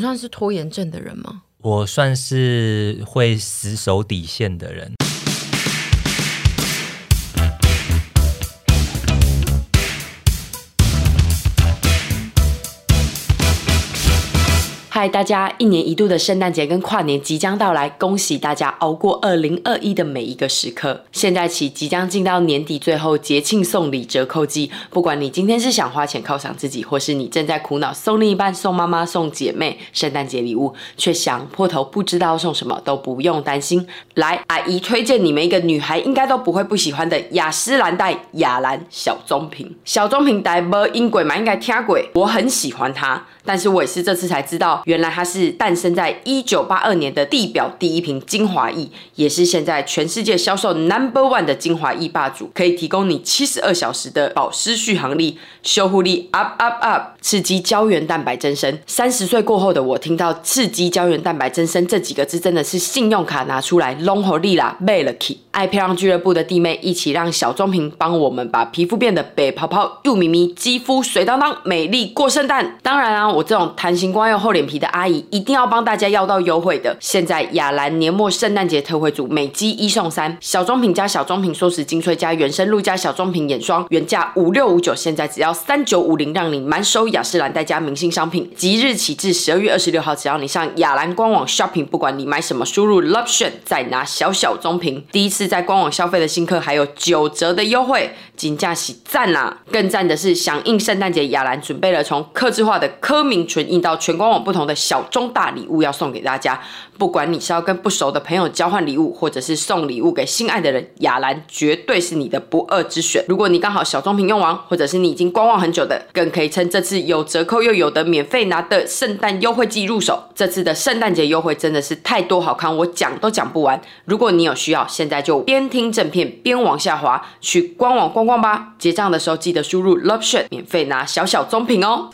你算是拖延症的人吗？我算是会死守底线的人。嗨，大家！一年一度的圣诞节跟跨年即将到来，恭喜大家熬过二零二一的每一个时刻。现在起，即将进到年底最后节庆送礼折扣季，不管你今天是想花钱犒赏自己，或是你正在苦恼送另一半、送妈妈、送姐妹圣诞节礼物，却想破头不知道送什么，都不用担心。来，阿姨推荐你们一个女孩应该都不会不喜欢的雅诗兰黛雅兰小棕瓶。小棕瓶代无英鬼嘛，应该听过，我很喜欢它。但是我也是这次才知道，原来它是诞生在一九八二年的地表第一瓶精华液，也是现在全世界销售 number one 的精华液霸主，可以提供你七十二小时的保湿续航力、修护力 up up up，刺激胶原蛋白增生。三十岁过后的我听到“刺激胶原蛋白增生”这几个字，真的是信用卡拿出来拢好力啦，卖了去。爱漂亮俱乐部的弟妹一起让小棕瓶帮我们把皮肤变得北泡泡又咪咪，肌肤水当当，美丽过圣诞。当然啊，我这种弹性光又厚脸皮的阿姨，一定要帮大家要到优惠的。现在雅兰年末圣诞节特惠组，每机一送三，小棕瓶加小棕瓶缩时精粹加原生露加小棕瓶眼霜，原价五六五九，现在只要三九五零，让你满手雅诗兰黛加明星商品。即日起至十二月二十六号，只要你上雅兰官网 shopping，不管你买什么，输入 lovetion 再拿小小棕瓶，第一次在官网消费的新客还有九折的优惠，金价喜赞啦！更赞的是，响应圣诞节，雅兰准备了从刻制化的科明唇印到全官网不同的小中大礼物要送给大家。不管你是要跟不熟的朋友交换礼物，或者是送礼物给心爱的人，雅兰绝对是你的不二之选。如果你刚好小棕瓶用完，或者是你已经观望很久的，更可以趁这次有折扣又有的免费拿的圣诞优惠季入手。这次的圣诞节优惠真的是太多好康，我讲都讲不完。如果你有需要，现在就边听正片边往下滑，去官网逛逛吧。结账的时候记得输入 love shot，免费拿小小棕瓶哦。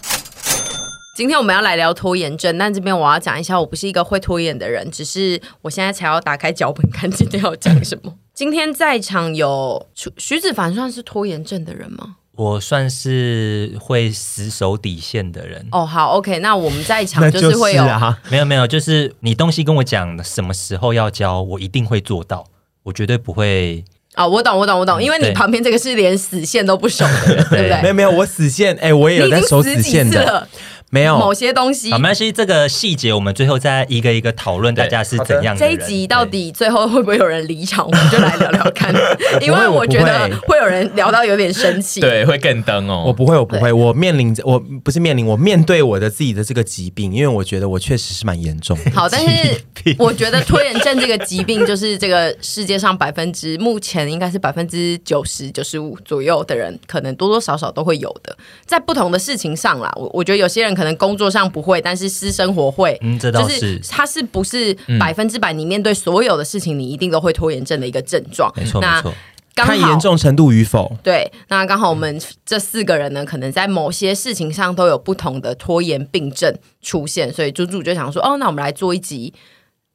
今天我们要来聊拖延症，但这边我要讲一下，我不是一个会拖延的人，只是我现在才要打开脚本看今天要讲什 么。今天在场有徐徐子凡，算是拖延症的人吗？我算是会死守底线的人。哦，好，OK，那我们在场那就是会有，啊，没有没有，就是你东西跟我讲什么时候要交，我一定会做到，我绝对不会。哦，我懂，我懂，我嗯懂，因为你对旁边这个是连死线都不守的 人，对不没对？有没有，我死线，哎、我也你有已在经守死死几线次的，了，没某有，些东西好，。没关系，这个细节我们最后再一个一个讨论，大家是怎样的这人一集到底最后会不会有人离场，我们就来聊聊看， 因为我觉得我不会有人聊到有点生气。对，会更登哦。我不会，我不会，我面临着，我不是面临，我面对我的自己的这个疾病，因为我觉得我确实是蛮严重的。 好，但是我觉得拖延症这个疾病，就是这个世界上百分之目前应该是百分之九十九十五左右的人，可能多多少少都会有的，在不同的事情上啦。我我觉得有些人可能工作上不会，但是私生活会，嗯这倒就嗯是它是不是百分之百你面对所有的事情，你一定都会拖延症的一个症状。没错那没 错，刚看好严重程度与否，对，那刚好我们这四个人呢，可能在某些事情上都有不同的拖延病症出现，所以猪猪就想说，哦，那我们来做一集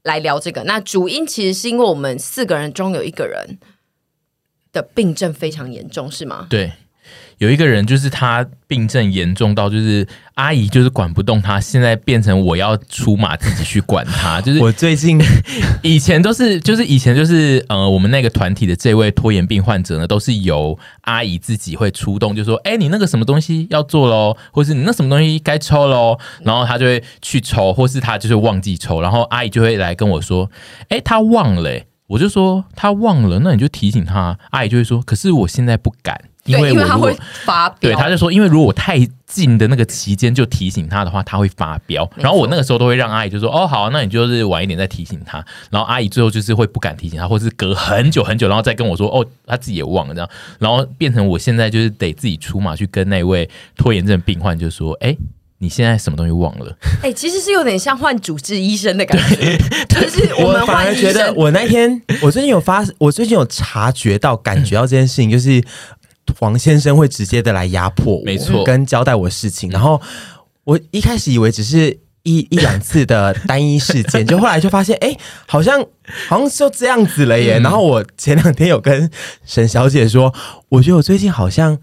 来聊这个。那主因其实是因为我们四个人中有一个人的病症非常严重，是吗？对，有一个人就是他病症严重到就是阿姨就是管不动他，现在变成我要出马自己去管他，就是我最近以前都是，就是以前就是，呃，我们那个团体的这位拖延病患者呢，都是由阿姨自己会出动，就说，哎、你那个什么东西要做喽，或是你那什么东西该抽喽，嗯然后他就会去抽，或是他就是忘记抽，然后阿姨就会来跟我说，哎、他忘了、欸我就说他忘了，那你就提醒他，阿姨就会说，可是我现在不敢，因对，为因我为他如果会发对，表，他就说，因为如果我太近的那个期间就提醒他的话，他会发飙。错然后我那个时候都会让阿姨就说，哦，好，那你就是晚一点再提醒他。然后阿姨最后就是会不敢提醒他，或是隔很久很久，然后再跟我说，哦，他自己也忘了这样。然后变成我现在就是得自己出马去跟那位拖延症病患就说，哎、你现在什么东西忘了？哎、其实是有点像换主治医生的感觉，就是我们反换而医觉得生，我那天，我最近有发，我最近有察觉到、感觉到这件事情，就是黄先生会直接的来压迫我，没错跟交代我事情。然后我一开始以为只是一一两次的单一事 件，就后来就发现，哎、好像好像就这样嗯子了耶。然后我前两天有跟沈小姐说，我觉得我最近好像。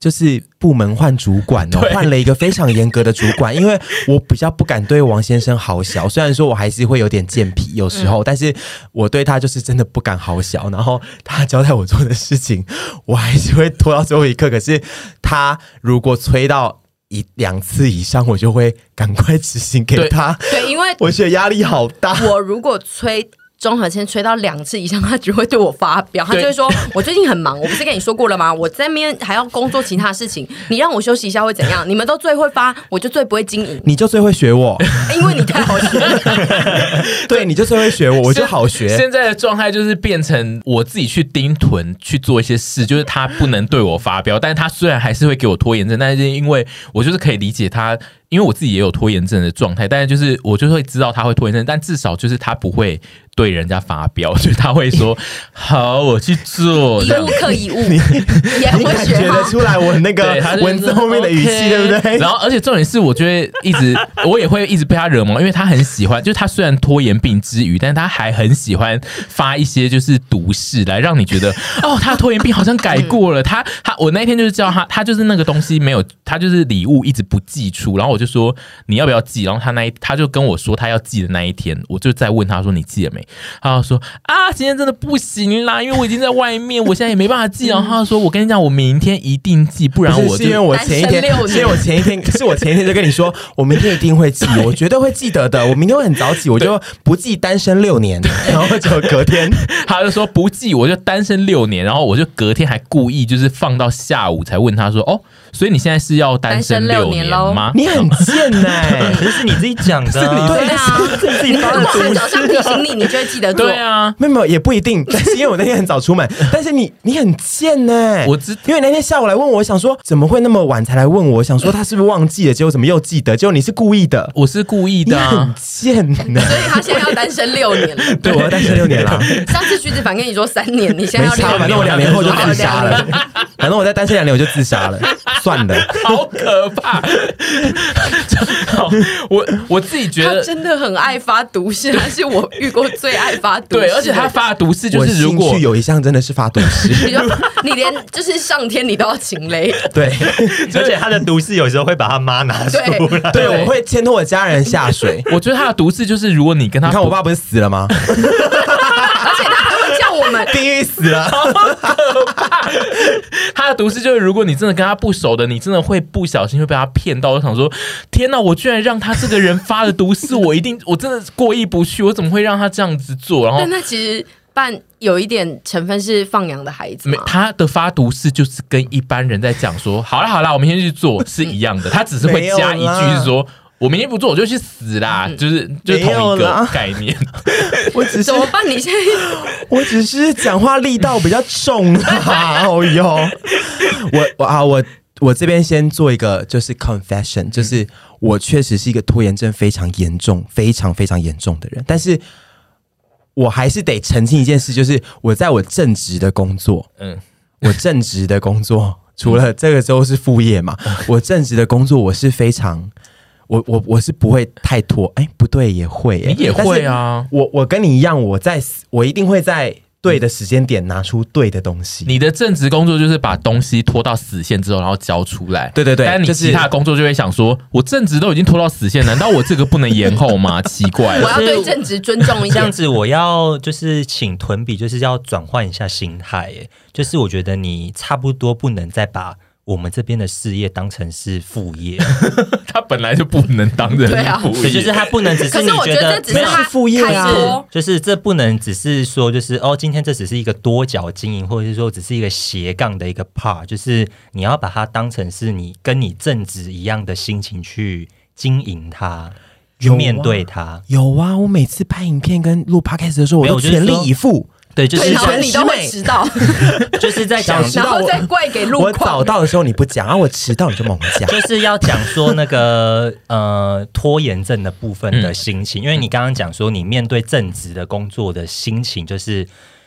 就是部门换主管哦，换了一个非常严格的主管，因为我比较不敢对王先生好小，虽然说我还是会有点健脾有时嗯候，但是我对他就是真的不敢好小。然后他交代我做的事情，我还是会拖到最后一刻。可是他如果催到一两次以上，我就会赶快执行给对他。对，因为我觉得压力好大。 我如果催综合签催到两次以上，他只会对我发飙，他对就会说：“我最近很忙，我不是跟你说过了吗？我在那边还要工作其他事情，你让我休息一下会怎样？你们都最会发，我就最不会经 营，你就最会学 我，因为你太好学了。对，你就最会学我，我就好现学。现在的状态就是变成我自己去盯臀去做一些事，就是他不能对我发飙，但是他虽然还是会给我拖延症，但是因为我就是可以理解他，因为我自己也有拖延症的状态，但是就是我就会知道他会拖延症，但至少就是他不会对人家发飙， 就是他会说好，我去做。一这样物克一物，也很你会感觉学得 吗？出来我 那个对，他就是哦文字后面的语气， OK 对不对？然后，而且重点是，我就会一直，我也会一直被他惹毛，因为他很喜欢，就是他虽然拖延病之余，但是他还很喜欢发一些就是毒誓来让你觉得，哦，他的拖延病好像改过了。他他，我那天就是叫他，他就是那个东西没有，他就是礼物一直不寄出，然后我就说你要不要寄，然后他那一他就跟我说他要寄的那一天，我就再问他说你寄了没，他就说啊，今天真的不行啦，因为我已经在外面，我现在也没办法寄。然后他就说我跟你讲，我明天一定寄，不然不是我是就因为我前一天，单身六年是因为我前一天， 是我前一天就跟你说，我明天一定会记，我绝对会记得的。我明天会很早起，我就不记单身六年，然后就隔天。 他就说不记，我就单身六年，然后我就隔天还故意就是放到下午才问他说，哦，所以你现在是要单身六年吗？你很贱哎、这 是你自己讲的啊，对啊，自己你发如的果他毒早上提醒你，你就会记得做。对啊，没有没有，也不一定，但是因为我那天很早出门， 但是你你很贱呢、我知因为你那天下午来问我，想说怎么会那么晚才来问我，想说他是不是忘记了，结果怎么又记得，结果你是故意的，我是故意你的、很啊。贱呢、所以他现在要单身六年了。对，我要单身六年了。上次徐子凡跟你说三年，你现在没要差，六反正我年，两年后就自杀哦 了。反正我再单身两年我就自杀了，算了。好可怕！ 好我我自己觉他得真的很爱发毒誓，他是我遇过最爱发毒誓的。对，而且他发的毒誓就我是如兴果趣有一项真的是发毒誓， 你就你连就是上天你都要请雷， 对而且他的毒誓有时候会把他妈拿出对来，对，我会牵拖我家人下水。我觉得他的毒誓就是，如果你跟他你看不我爸不是死了 吗？而且他还会叫我们。地狱死了。他的毒誓就是，如果你真的跟他不熟的，你真的会不小心会被他骗到。我想说，天哪，我居然让他这个人发了毒誓，我一定， 我真的过意不去，我怎么会让他这样子做？然 后但他其实办有一点成分是放羊的孩子没嘛，他的发毒誓就是跟一般人在讲说，好啦好啦，我明天去做是一样的，他只是会加一没有啦嗯句是说。我明天不做，我就去死啦！就是就是没有同一个啦概念，我只是怎么办？你现在 我只是讲话力道比较重啊。哦哟， 我我啊我。我这边先做一个就是 confession，就是我确实是一个拖延症非常严重、非常非常严重的人，但是我还是得澄清一件事，就是我在我正职的工作，嗯，我正职的工作，除了这个周是副业嘛，嗯我正职的工作我是非常，我我我是不会太拖，哎、不对也会、哎你也会但啊。是我我跟你一样，我在我一定会在对的时间点拿出对的东西。你的正职工作就是把东西拖到死线之后，然后交出来。对对对但你就是其他的工作就会想说，我正职都已经拖到死线，难道我这个不能延后吗？奇怪 我要了。对正直尊重一这样点，子，我要就是请屯比，就是要转换一下心态，哎，就是我觉得你差不多不能再把我们这边的事业当成是副业，他本来就不能当人，对啊不所以就是他不能只可你是我觉得得这只没是有他是副业开啊脱。就是这不能只是说，就是哦，今天这只是一个多角经营，或者是说只是一个斜杠的一个 part，就是你要把它当成是你跟你正职一样的心情去经营它，去有啊面对它。有啊，我每次拍影片跟录 podcast 的时候，我没有都我就是全力说以赴。对，就对，是然后你都会迟到，就是在讲，小然后再怪给路我况早。到的时候你不讲，啊然后我迟到你就猛 讲。就是要讲说那 个呃拖延症的部分的心嗯情，因为你刚刚讲说你面对正职的工作的心情，就是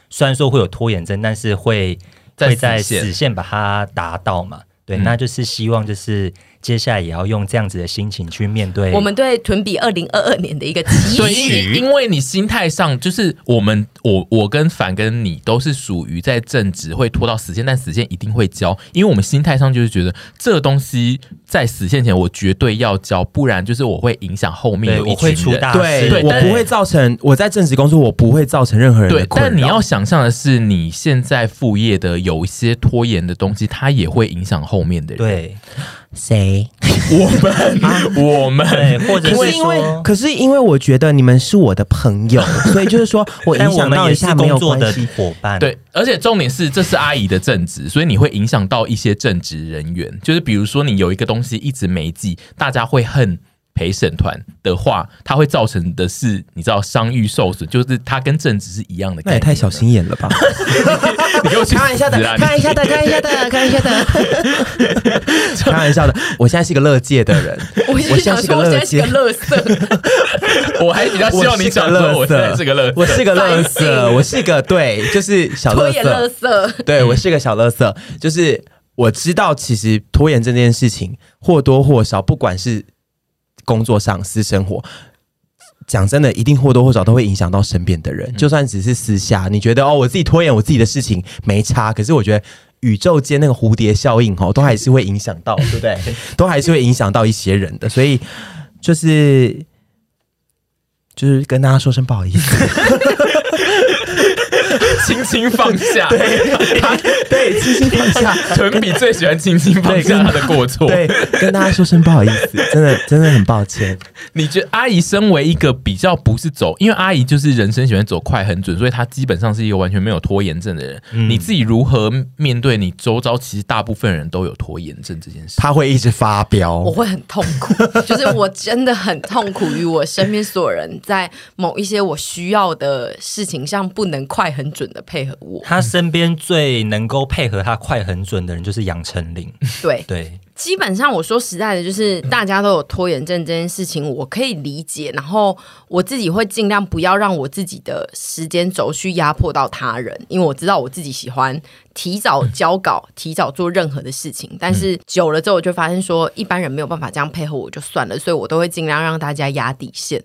虽然说会有拖延症，但是会在会在死线死线把它达到嘛。对，嗯那就是希望就是接下来也要用这样子的心情去面对我们对屯比二零二二年的一个期对，因许。为因为你心态上就是我们，我我跟凡跟你都是属于在正职会拖到死线，但死线一定会交，因为我们心态上就是觉得这东西在死线前我绝对要交，不然就是我会影响后面对，有一我会群出人。大对事，对我但不会造成我在正职工作，我不会造成任何人对的，困扰。但你要想象的是，你现在副业的有一些拖延的东西，它也会影响后面的人。对谁？我啊们， 我们 对，或者可是是因为，说。可是因为我觉得你们是我的 朋友，所以就是说我但影我响们到也一是下没有工作关的系。伙伴，对，而且重点是，这是阿姨的正职，所以你会影响到一些正职人员。就是比如说，你有一个东西一直没寄，大家会恨陪审团的话，它会造成的是，你知道商誉受损，就是它跟正职是一样的那概也念。太小心眼了 吧！你给我去开玩笑的死啦，你开玩笑的，开玩笑的，开玩笑的，开玩笑的。我现在是个乐界的人，我我是现想在是说，我个现乐在是界个。乐色，我还比较希望你讲说，我现在是个乐色，我是个乐反色，省我是个对，就是小拖乐延乐色，色。对我是个小乐色，就是我知道其实拖延这件事情或多或少，不管是工作上、私生活。讲真的，一定或多或少都会影响到身边的人，就算只是私下，你觉得哦，我自己拖延我自己的事情没差，可是我觉得宇宙间那个蝴蝶效应哦，都还是会影响到，对不对？ 都还是会影响到一些人的，所以就是就是跟大家说声不好意思， 轻轻放下。对，轻轻放下。屯比最喜欢轻轻放下他的过错。对，跟大家说声不好意 思，真的真的很抱歉。你觉得阿姨身为一个比较不是走，因为阿姨就是人生喜欢走快很准，所以她基本上是一个完全没有拖延症的人。嗯你自己如何面对你周遭其实大部分人都有拖延症这件事？他会一直发飙我，会很痛苦，就是我真的很痛苦于我身边所有人在某一些我需要的事情上不能快很准的配合我。他身边最能够配合他快很准的人就是杨丞琳，对，对，基本上我说实在的，就是大家都有拖延症这件事情，我可以理解。然后我自己会尽量不要让我自己的时间轴去压迫到他人，因为我知道我自己喜欢提早交稿、提早做任何的事情。但是久了之后，我就发现说一般人没有办法这样配合我就算了，所以我都会尽量让大家压底线。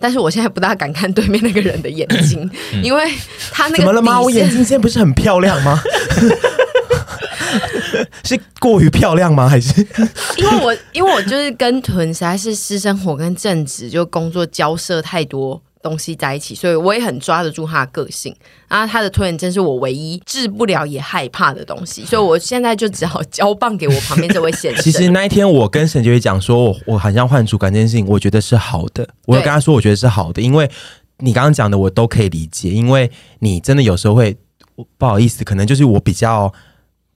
但是我现在不大敢看对面那个人的眼睛，因为他那个嗯怎么了吗？底我眼线睛今天不是很漂亮 吗？是过于漂亮吗？还是因为我因为我就是跟屯实在是私生活跟正职就工作交涉太多东西在一起，所以我也很抓得住他的个性。啊，他的拖延症是我唯一治不了也害怕的东西，所以我现在就只好交棒给我旁边这位先生。 其实那一天我跟沈杰宇讲说，我我好像换主管这件事情，我觉得是好的。我有跟他说，我觉得是好的，因为你刚刚讲的我都可以理解，因为你真的有时候会我不好意思，可能就是我比较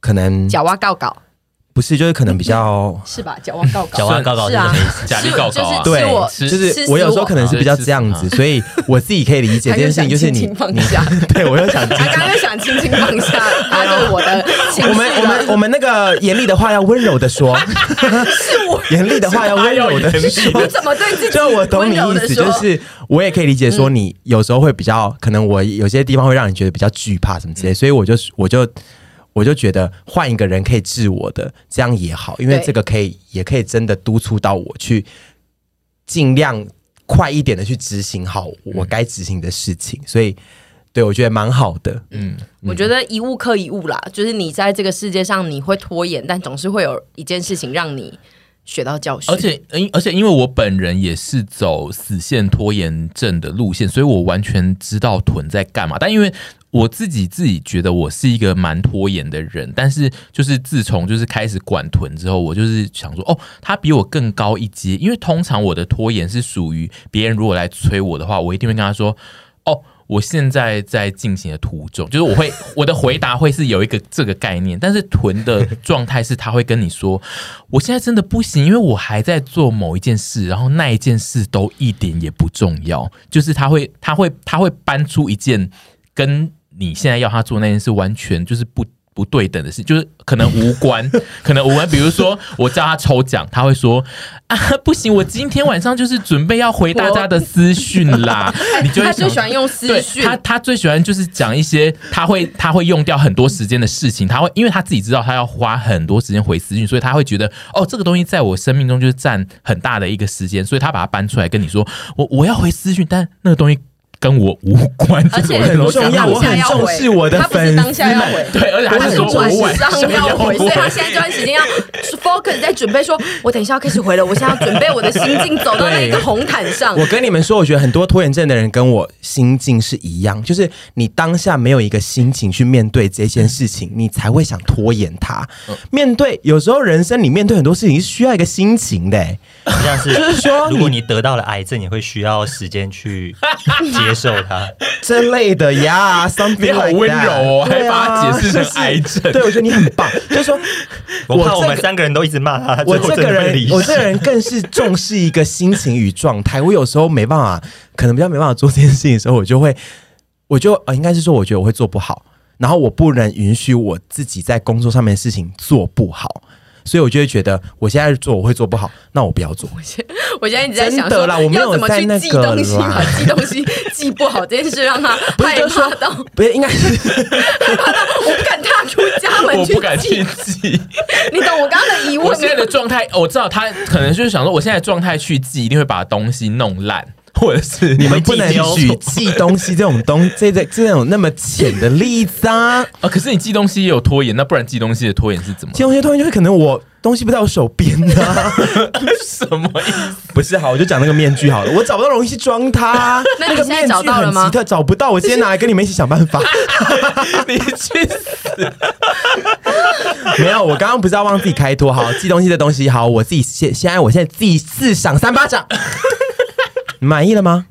可能脚蛙告稿不是，就是可能比较。是吧？脚蛙告稿，小王高高是是什啊么意思？假是力告告啊，就是对我，吃就是我有时候可能是比较这样子，所以我自己可以理解 他这又件事情，想就是轻你轻放下，你 对我又 想他刚刚想轻轻放下他对我的情绪了，我们我们 我们那个严厉的话要温柔的说，是我，严厉的话要温柔的说你。怎么对自己就我懂你温意柔地思，说嗯就是我也可以理解说你有时候会比较，可能我有些地方会让你觉得比较惧怕什嗯么之类，所以我就我就我就觉得换一个人可以治我的，这样也好，因为对这个可以也可以真的督促到我去尽量快一点的去执行好嗯我该执行的事情，所以对我觉得蛮好的。嗯我嗯觉得一物克一物啦，就是你在这个世界上你会拖延，但总是会有一件事情让你学到教训。而且，因而且因为我本人也是走死线拖延症的路线，所以我完全知道囤在干嘛。但因为我自己自己觉得我是一个蛮拖延的人，但是就是自从就是开始管囤之后，我就是想说，哦，他比我更高一阶。因为通常我的拖延是属于别人如果来催我的话，我一定会跟他说，哦。我现在在进行的途中，就是我会我的回答会是有一个这个概念，但是囤的状态是他会跟你说，我现在真的不行，因为我还在做某一件事，然后那一件事都一点也不重要，就是他会他会他会搬出一件跟你现在要他做那件事完全就是不不对等的事，就是可能无关，可能无关。比如说，我叫他抽奖，他会说啊，不行，我今天晚上就是准备要回大家的私讯啦。 你就他会最想喜欢用私对讯，他他最喜欢就是讲一些他会他会用掉很多时间的事情，他会因为他自己知道他要花很多时间回私讯，所以他会觉得哦，这个东西在我生命中就是占很大的一个时间，所以他把它搬出来跟你说，我我要回私讯，但那个东西跟我无关，而且这是很我 的重逻辑要当我下很要重回视我的他不是粉当下要回，对，而且他他还是说我晚晚上上要回，所以回。他现在这段时间要 focus 在准备说，我等一下要开始回了，我现在要准备我的心境走到那一个红毯上。我跟你们说，我觉得很多拖延症的人跟我心境是一样，就是你当下没有一个心情去面对这件事情，你才会想拖延它。嗯面对有时候人生你面对很多事情是需要一个心情的、欸像是说如果你得到了癌症，你会需要时间去接受它。这类的 呀、s o m e t h i 你 n g 好温柔哦，还把它解释成癌症。对，我觉得你很棒，就是说，我怕我这们个三个人都一直骂他， 最我后这真个的被人离，我席这个人更是重视一个心情与状态。我有时候没办法，可能比较没办法做这件事情的时候，我就会，我就呃，应该是说，我觉得我会做不好，然后我不能允许我自己在工作上面的事情做不好，所以我就会觉得，我现在做我会做不好，那我不要做。我现在一直在想真说，的啦我没有要怎么去在那记个东西，啦把记东西记不好这件事让他不是害就是怕说到， 不是应该是我不敢踏出家门我去不敢记去。 记。你懂我刚刚的疑问我吗？现在的状态，我知道他可能就是想说，我现在的状态去记，一定会把东西弄烂，或者 是你们不能丢举记东西这种东这这这种那么浅的例子 啊。啊。可是你记东西也有拖延，那不然记东西的拖延是怎么金融些突然就是可能我东西不在我手边啊呢、什么意思？不是好，我就讲那个面具好了，我找不到容器装它。 那你个现在面具找到了很吗奇特，找不到，我今天拿来跟你们一起想办法。 你去没有，我刚刚不是要帮自己开脱，好，寄东西的东西好，我自己现现在我现在自己自赏三巴掌， 你满意了吗？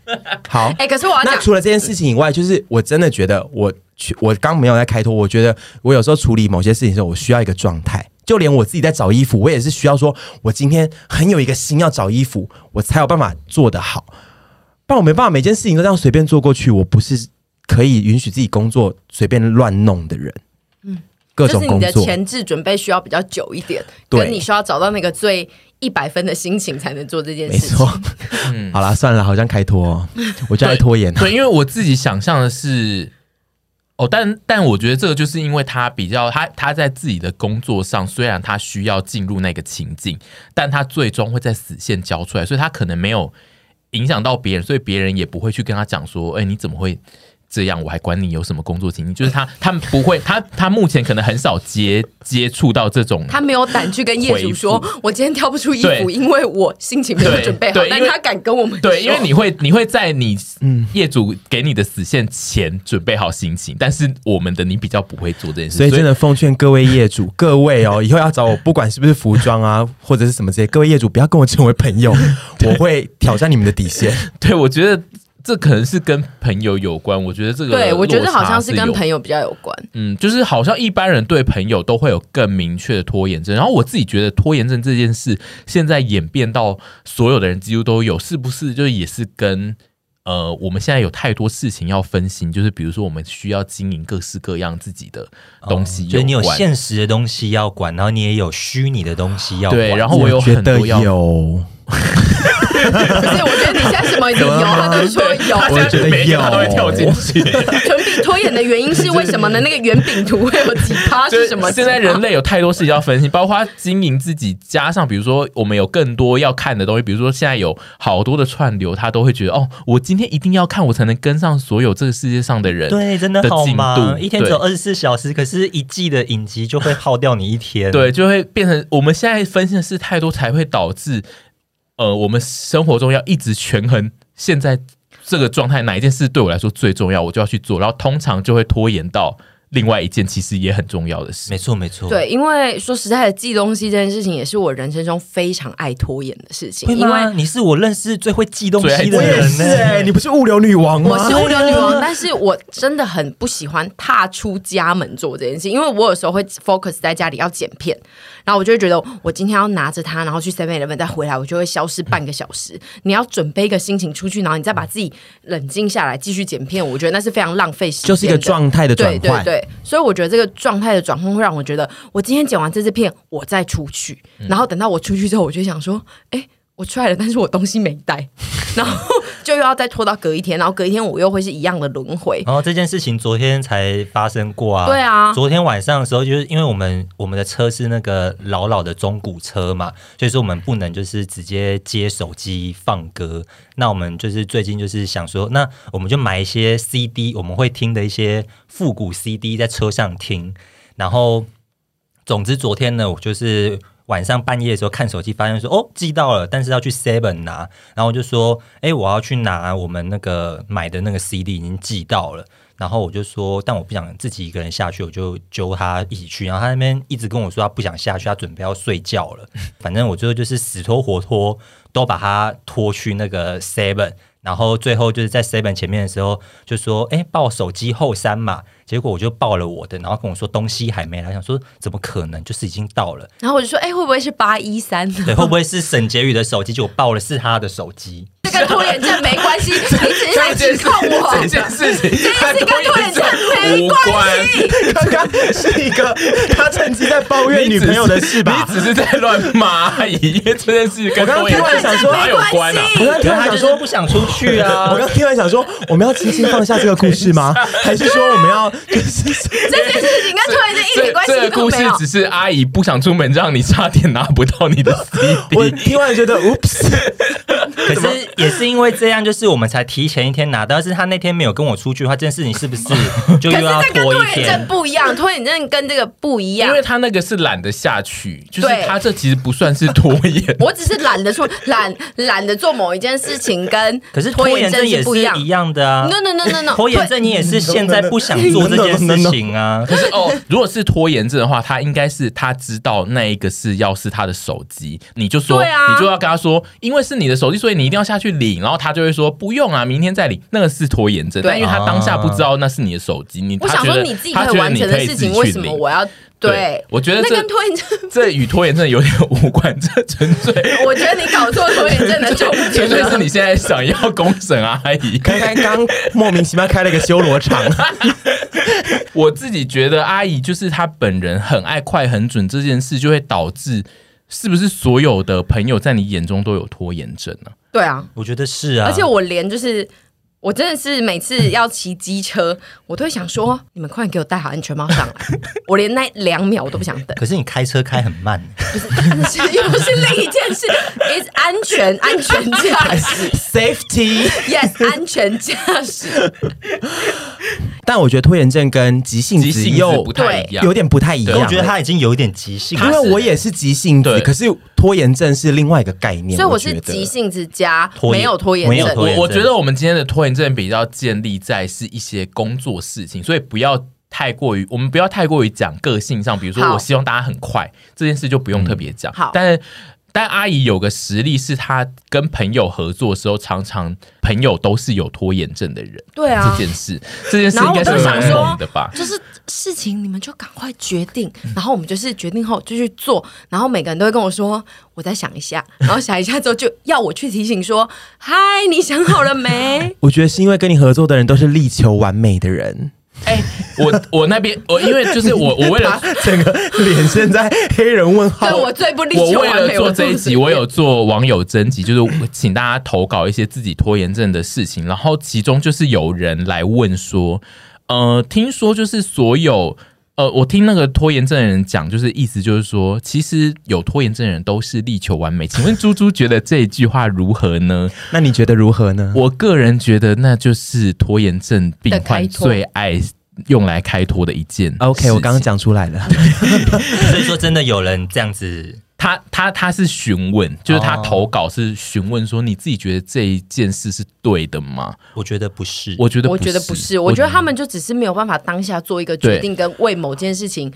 好，哎、可是我要那讲，除了这件事情以外，就是我真的觉得我去，我刚没有在开脱。我觉得我有时候处理某些事情的时候，我需要一个状态。就连我自己在找衣服，我也是需要说，我今天很有一个心要找衣服，我才有办法做得好。不然我没办法每件事情都这样随便做过去。我不是可以允许自己工作随便乱弄的人。各就种嗯是工你的作。前置准备需要比较久一点，对跟你需要找到那个最一百分的心情才能做这件没事情。错，好啦，算了，好像开脱 哦，我就爱拖延。 对，因为我自己想象的是，哦，但但我觉得这个就是因为他比较他他在自己的工作上，虽然他需要进入那个情境，但他最终会在死线交出来，所以他可能没有影响到别人，所以别人也不会去跟他讲说，哎，你怎么会？这样我还管你有什么工作情境？就是他，他不会，他他目前可能很少接接触到这种他没有胆去跟业主说回，我今天挑不出衣服，对因为我心情没有对准备好对。但因为他敢跟我们 对，因说为你会你会在你嗯业主给你的死线前准备好心情，但是我们的你比较不会做这件事，所以真的奉劝各位业主，各位哦，以后要找我，不管是不是服装啊，或者是什么这些，各位业主不要跟我成为朋友，我会挑战你们的底 线。对我觉得这可能是跟朋友有关，我觉得这个对我觉得好像是跟朋友，友比较有关。嗯，就是好像一般人对朋友都会有更明确的拖延症，然后我自己觉得拖延症这件事现在演变到所有的人几乎都有，是不是就是也是跟。呃，我们现在有太多事情要分心，就是比如说我们需要经营各式各样自己的东西、哦就是你有关现实的东西要管，然后你也有虚拟的东西要管。对，然哦后我有觉很得多要，有，不是，我觉得你现在什么理由么了吗他都说有。我觉得每一个他都会跳进有去。唇笔拖延的原因是为什么呢？那个圆饼图会有几趴就是什么？现在人类有太多事情要分析，包括经营自己，加上比如说我们有更多要看的东西，比如说现在有好多的串流，他都会觉得哦，我今天一定要看，我才能跟上所有这个世界上的人。对，真的的好进度忙，一天只有对二十四小时，可是一季的影集就会耗掉你一天。对，就会变成我们现在分析的事太多，才会导致呃，我们生活中要一直权衡现在这个状态哪一件事对我来说最重要，我就要去做，然后通常就会拖延到另外一件其实也很重要的事。没错，没错。，对，因为说实在的，记东西这件事情也是我人生中非常爱拖延的事情，会因为吗？你是我认识最会寄东最爱西寄的我也人是呢、哎，你不是物流女王吗？我是物流女王，但是我真的很不喜欢踏出家门做这件事，因为我有时候会 focus 在家里要剪片，然后我就会觉得我今天要拿着它，然后去 Seven Eleven 再回来，我就会消失半个小时。你要准备一个心情出去，然后你再把自己冷静下来继续剪片，我觉得那是非常浪费时间的，就是一个状态的转对对换。对，对，所以我觉得这个状态的转换会让我觉得，我今天剪完这支片，我再出去，然后等到我出去之后，我就想说，哎。我出来了，但是我东西没带，然后就又要再拖到隔一天，然后隔一天我又会是一样的轮回。然后这件事情昨天才发生过啊。对啊昨天晚上的时候，就是因为我们我们的车是那个老老的中古车嘛，所以说我们不能就是直接接手机放歌。那我们就是最近就是想说，那我们就买一些 CD，我们会听的一些复古 CD 在车上听。然后，总之昨天呢，我就是晚上半夜的时候看手机，发现说哦寄到了，但是要去 Seven 拿，然后我就说，哎，我要去拿我们那个买的那个 CD 已经寄到了。然后我就说，但我不想自己一个人下去，我就揪他一起去。然后他那边一直跟我说他不想下去，他准备要睡觉了。反正我最后就是死拖活拖，都把他拖去那个 Seven。然后最后就是在 Seven 前面的时候，就说：“哎，报手机后三嘛。”结果我就报了我的，然后跟我说东西还没来，想说怎么可能，就是已经到了。然后我就说，哎、会不会是八一三呢？对，会不会是沈婕妤的手机？结果报了是他的手机。这跟拖延症没关系，你只是在指控我。 这件事情，这跟拖延症没关系。刚刚是一个他趁机在抱怨女朋友的事吧？你只是在乱骂而已，因为这件事跟刚刚拖延突然想说哪有关啊？我刚听完他想就是说不想出去啊 我。刚听完想说，我们要轻轻放下这个故事 吗？还是说我们要就是这件事情跟拖延症一点关这系个故都事没有。只是阿姨不想出门，让你差点拿不到你的 我 CD。听完觉得，oops，可是也是因为这样，就是我们才提前一天拿到。要是他那天没有跟我出去的话，这件事情是不是 就可又是要这跟拖拖一延症天？不一样，拖延症跟这个不一因样为。他那个是懒得下去，就是对，他这其实不算是拖延我只是懒得说 懒懒得做某一件事情， 跟可是拖拖延症症也不是一样一。样的啊。 No no no no no，拖延症你也是现在不想做这件事情啊。可是哦，如果是拖延症的话，他应该是他知道那一个是要是他的手机，你就说，对啊你就要跟他说，因为是你的手机，所以你一定要下去领，然后他就会说不用啊，明天再领。那个是拖延症，对但因为他当下不知道那是你的手机，你我他想觉说得你自己他可觉以得完你成可的以事自己情，为去什么领我要对对？我觉得那这跟拖延症， 这与拖延症有点无关，这纯粹我觉得你搞错拖延症的重纯点 粹是了。你现在想要公审阿姨。刚刚刚莫名其妙开了一个修罗 场，我自己觉得阿姨就是她本人很爱快很准这件事，就会导致是不是所有的朋友在你眼中都有拖延症呢、对啊，我觉得是啊，而且我连就是。我真的是每次要骑机车，我都会想说：你们快点给我戴好安全帽 上来！我连那两秒我都不想等， 可是你开车开很慢，但是又不是另一件事，is 安全安全 驾驶 safety。 ，yes 安全驾驶，但我觉得拖延症跟急性急子性子又不太一样，有点不太一可样。我觉得他已经有一点急性了。因为我啊也是急性子对，可是拖延症是另外一个概念。所以我我是觉得急。性子加拖延没有拖延没有拖症。延我我症觉得我们今天的拖延症比较建立在是一些工作事情，所以不要太过于，我们不要太过于讲个性上，比如说好我希望大家很快这件事就不用特别讲。好但但阿姨有个实例是，她跟朋友合作的时候，常常朋友都是有拖延症的人。对啊这件事，这件事然应后我该都是想蛮说猛的吧，？就是事情你们就赶快决定，然后我们就是决定后就去做，然后每个人都会跟我说我再想一下，然后想一下之后就要我去提醒说，嗨，你想好了没？我觉得是因为跟你合作的人都是力求完美的 人，哎、我我那边我因为就是我我为了整个脸现在黑人问号对。我最不力我求为完了美。做这一 集，我有做网友征集，就是请大家投稿一些自己拖延症的事情，然后其中就是有人来问说，呃，听说就是所有。呃，我听那个拖延症的人讲，就是意思就是说，其实有拖延症的人都是力求完美。请问猪猪觉得这一句话如何呢？那你觉得如何呢？我个人觉得那就是拖延症病的患开脱最爱用来开脱的一件事情。 OK，我刚刚讲出来了。所以说真的有人这样子，他他他是询问，就是他投稿是询问说你自己觉得这一件事是对的吗？我觉得不是。我觉得我觉得不不是，我觉得他们就只是没有办法当下做一个决对定，跟为某件事情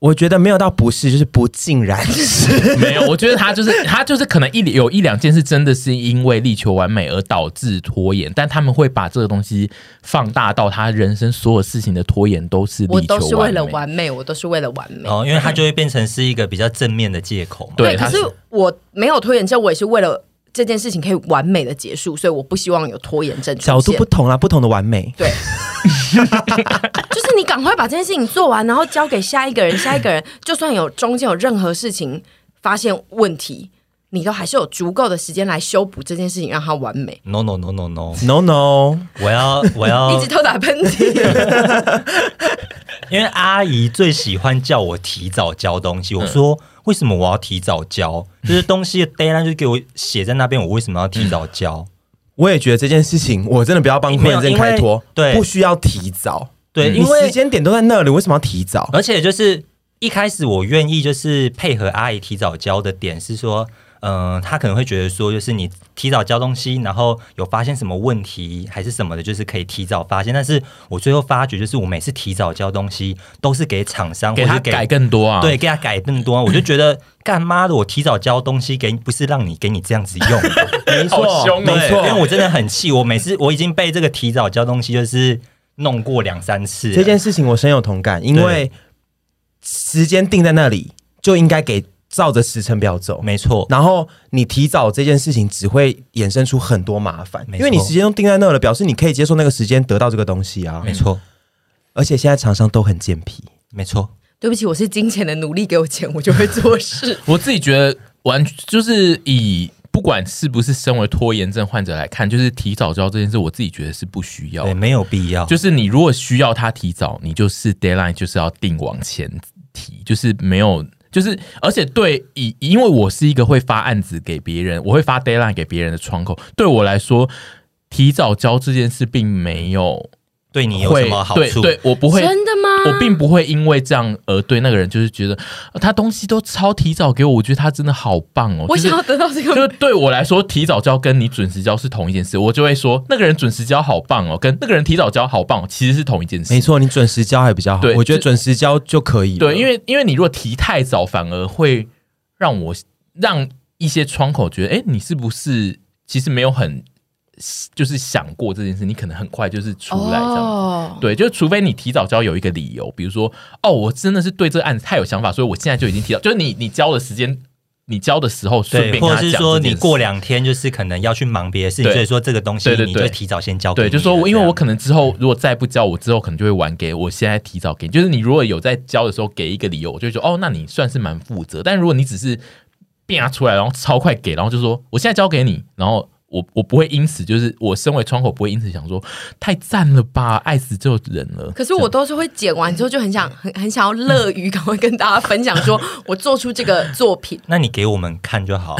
我觉得没有到不是，就是不尽然是。没有，我觉得他就是他就是可能一有一两件事真的是因为力求完美而导致拖延，但他们会把这个东西放大到他人生所有事情的拖延都是我力求都是为了完完美，我都是为了完美。哦，因为他就会变成是一个比较正面的借口嘛。对可他是是我没有拖延症，我也是为了这件事情可以完美的结束，所以我不希望有拖延症出现角度不同啦，不同的完美。对， 就是你赶快把这件事情做完，然后交给下一个人，下一个人就算有中间有任何事情发现问题，你都还是有足够的时间来修补这件事情，让它完美。 No no no no no， No no，我要我要呃一直偷打喷嚏，因为阿姨最喜欢叫我提早交东西，我说为什么我要提早交？就是东西的 deadline 就给我写在那边，我为什么要提早交？我也觉得这件事情我真的不要帮你婚没有人因为开脱，对不需要提早，对嗯你因为时间点都在那里，为什么要提早？而且就是一开始我愿意就是配合阿姨提早交的点是说，嗯、她可能会觉得说，就是你提早交东西，然后有发现什么问题还是什么的，就是可以提早发现。但是我最后发觉，就是我每次提早交东西都是给厂商给或他者给改更多啊。对，，给他改更多，我就觉得 干妈的，我提早交东西给你，不是让你给你这样子用的，没好凶哦没没错错，因为我真的很气，我每次我已经被这个提早交东西就是弄过两三次了，这件事情我深有同感，因为时间定在那里，就应该给照着时程表走。没错，然后你提早这件事情，只会衍生出很多麻烦，没因错为你时间都定在那了，表示你可以接受那个时间得到这个东西啊没。错，而且现在厂商都很健脾，没错，对不起，我是金钱的奴隶，给我钱我就会做事。我自己觉得完就是以不管是不是身为拖延症患者来看，就是提早交这件事，我自己觉得是不需要的对，。没有必要，就是你如果需要他提早，你就是 deadline 就是要定往前提，就是没有。就是，而且对以，因为我是一个会发案子给别人，我会发 deadline 给别人的窗口。对我来说，提早交这件事并没有对你有会什么好对处？对，我不会，真的吗我并不会因为这样而对那个人就是觉得、呃他东西都超提早给我，我觉得他真的好棒哦。我就是想要得到这 个就对我来说，提早交跟你准时交是同一件事，我就会说那个人准时交好棒哦，跟那个人提早交好棒、哦，其实是同一件事。没错，你准时交还比较好对，我觉得这准时交就可以了。对，因为因为你如果提太早，反而会让我让一些窗口觉得，哎，你是不是其实没有很就是想过这件事，你可能很快就是出来这样子。哦，对，就除非你提早交有一个理由，比如说，哦，我真的是对这个案子太有想法，所以我现在就已经提早，就是你你交的时间，你交的时候顺对便跟或他者讲是这件事，说你过两天就是可能要去忙别的事情，对所以说这个东西对对你对就提早先交给对，你就说了我因这为样嗯我可能之后如果再不交，我之后可能就会晚给我现在提早给你，就是你如果有在交的时候给一个理由，我就会说哦，那你算是蛮负责。但如果你只是变啊出来，然后超快给，然后就说我现在交给你，然后。我我不会因此就是我身为窗口不会因此想说太赞了吧，爱死这种人了。可是我都是会剪完之后就很想很很想要乐于赶快跟大家分享，说我做出这个作品，那你给我们看就 好，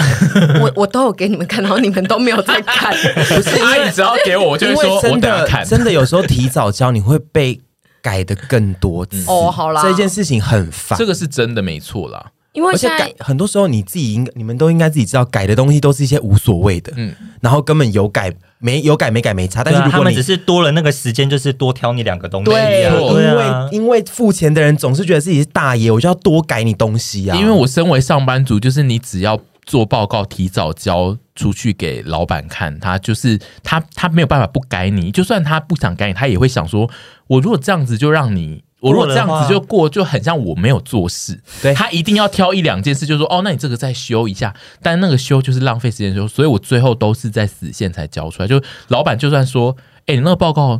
我我都有给你们看，然后你们都没有在看。不是 阿姨只要给我，我就因会为说我真等下的 看。真的有时候提早交，你会被改的更多次。哦，好啦，这件事情很烦这。个是真的没错啦。因为而且现在改很多时候你自己应你们都应该自己知道，改的东西都是一些无所谓的，嗯，然后根本有改没有改没改没差，但对是啊如他果们你、只是多了那个时间，就是多挑你两个东西对啊，没错因为、对啊，因为付钱的人总是觉得自己是大爷，我就要多改你东西啊，因为我身为上班族，就是你只要做报告提早交出去给老板看，他就是他他没有办法不改你，就算他不想改你，他也会想说，我如果这样子就让你。我如果这样子就过，就很像我没有做事。对他一定要挑一两件事，就说哦，那你这个再修一下，但那个修就是浪费时间修，所以我最后都是在死线才交出来。就老板就算说，哎、你那个报告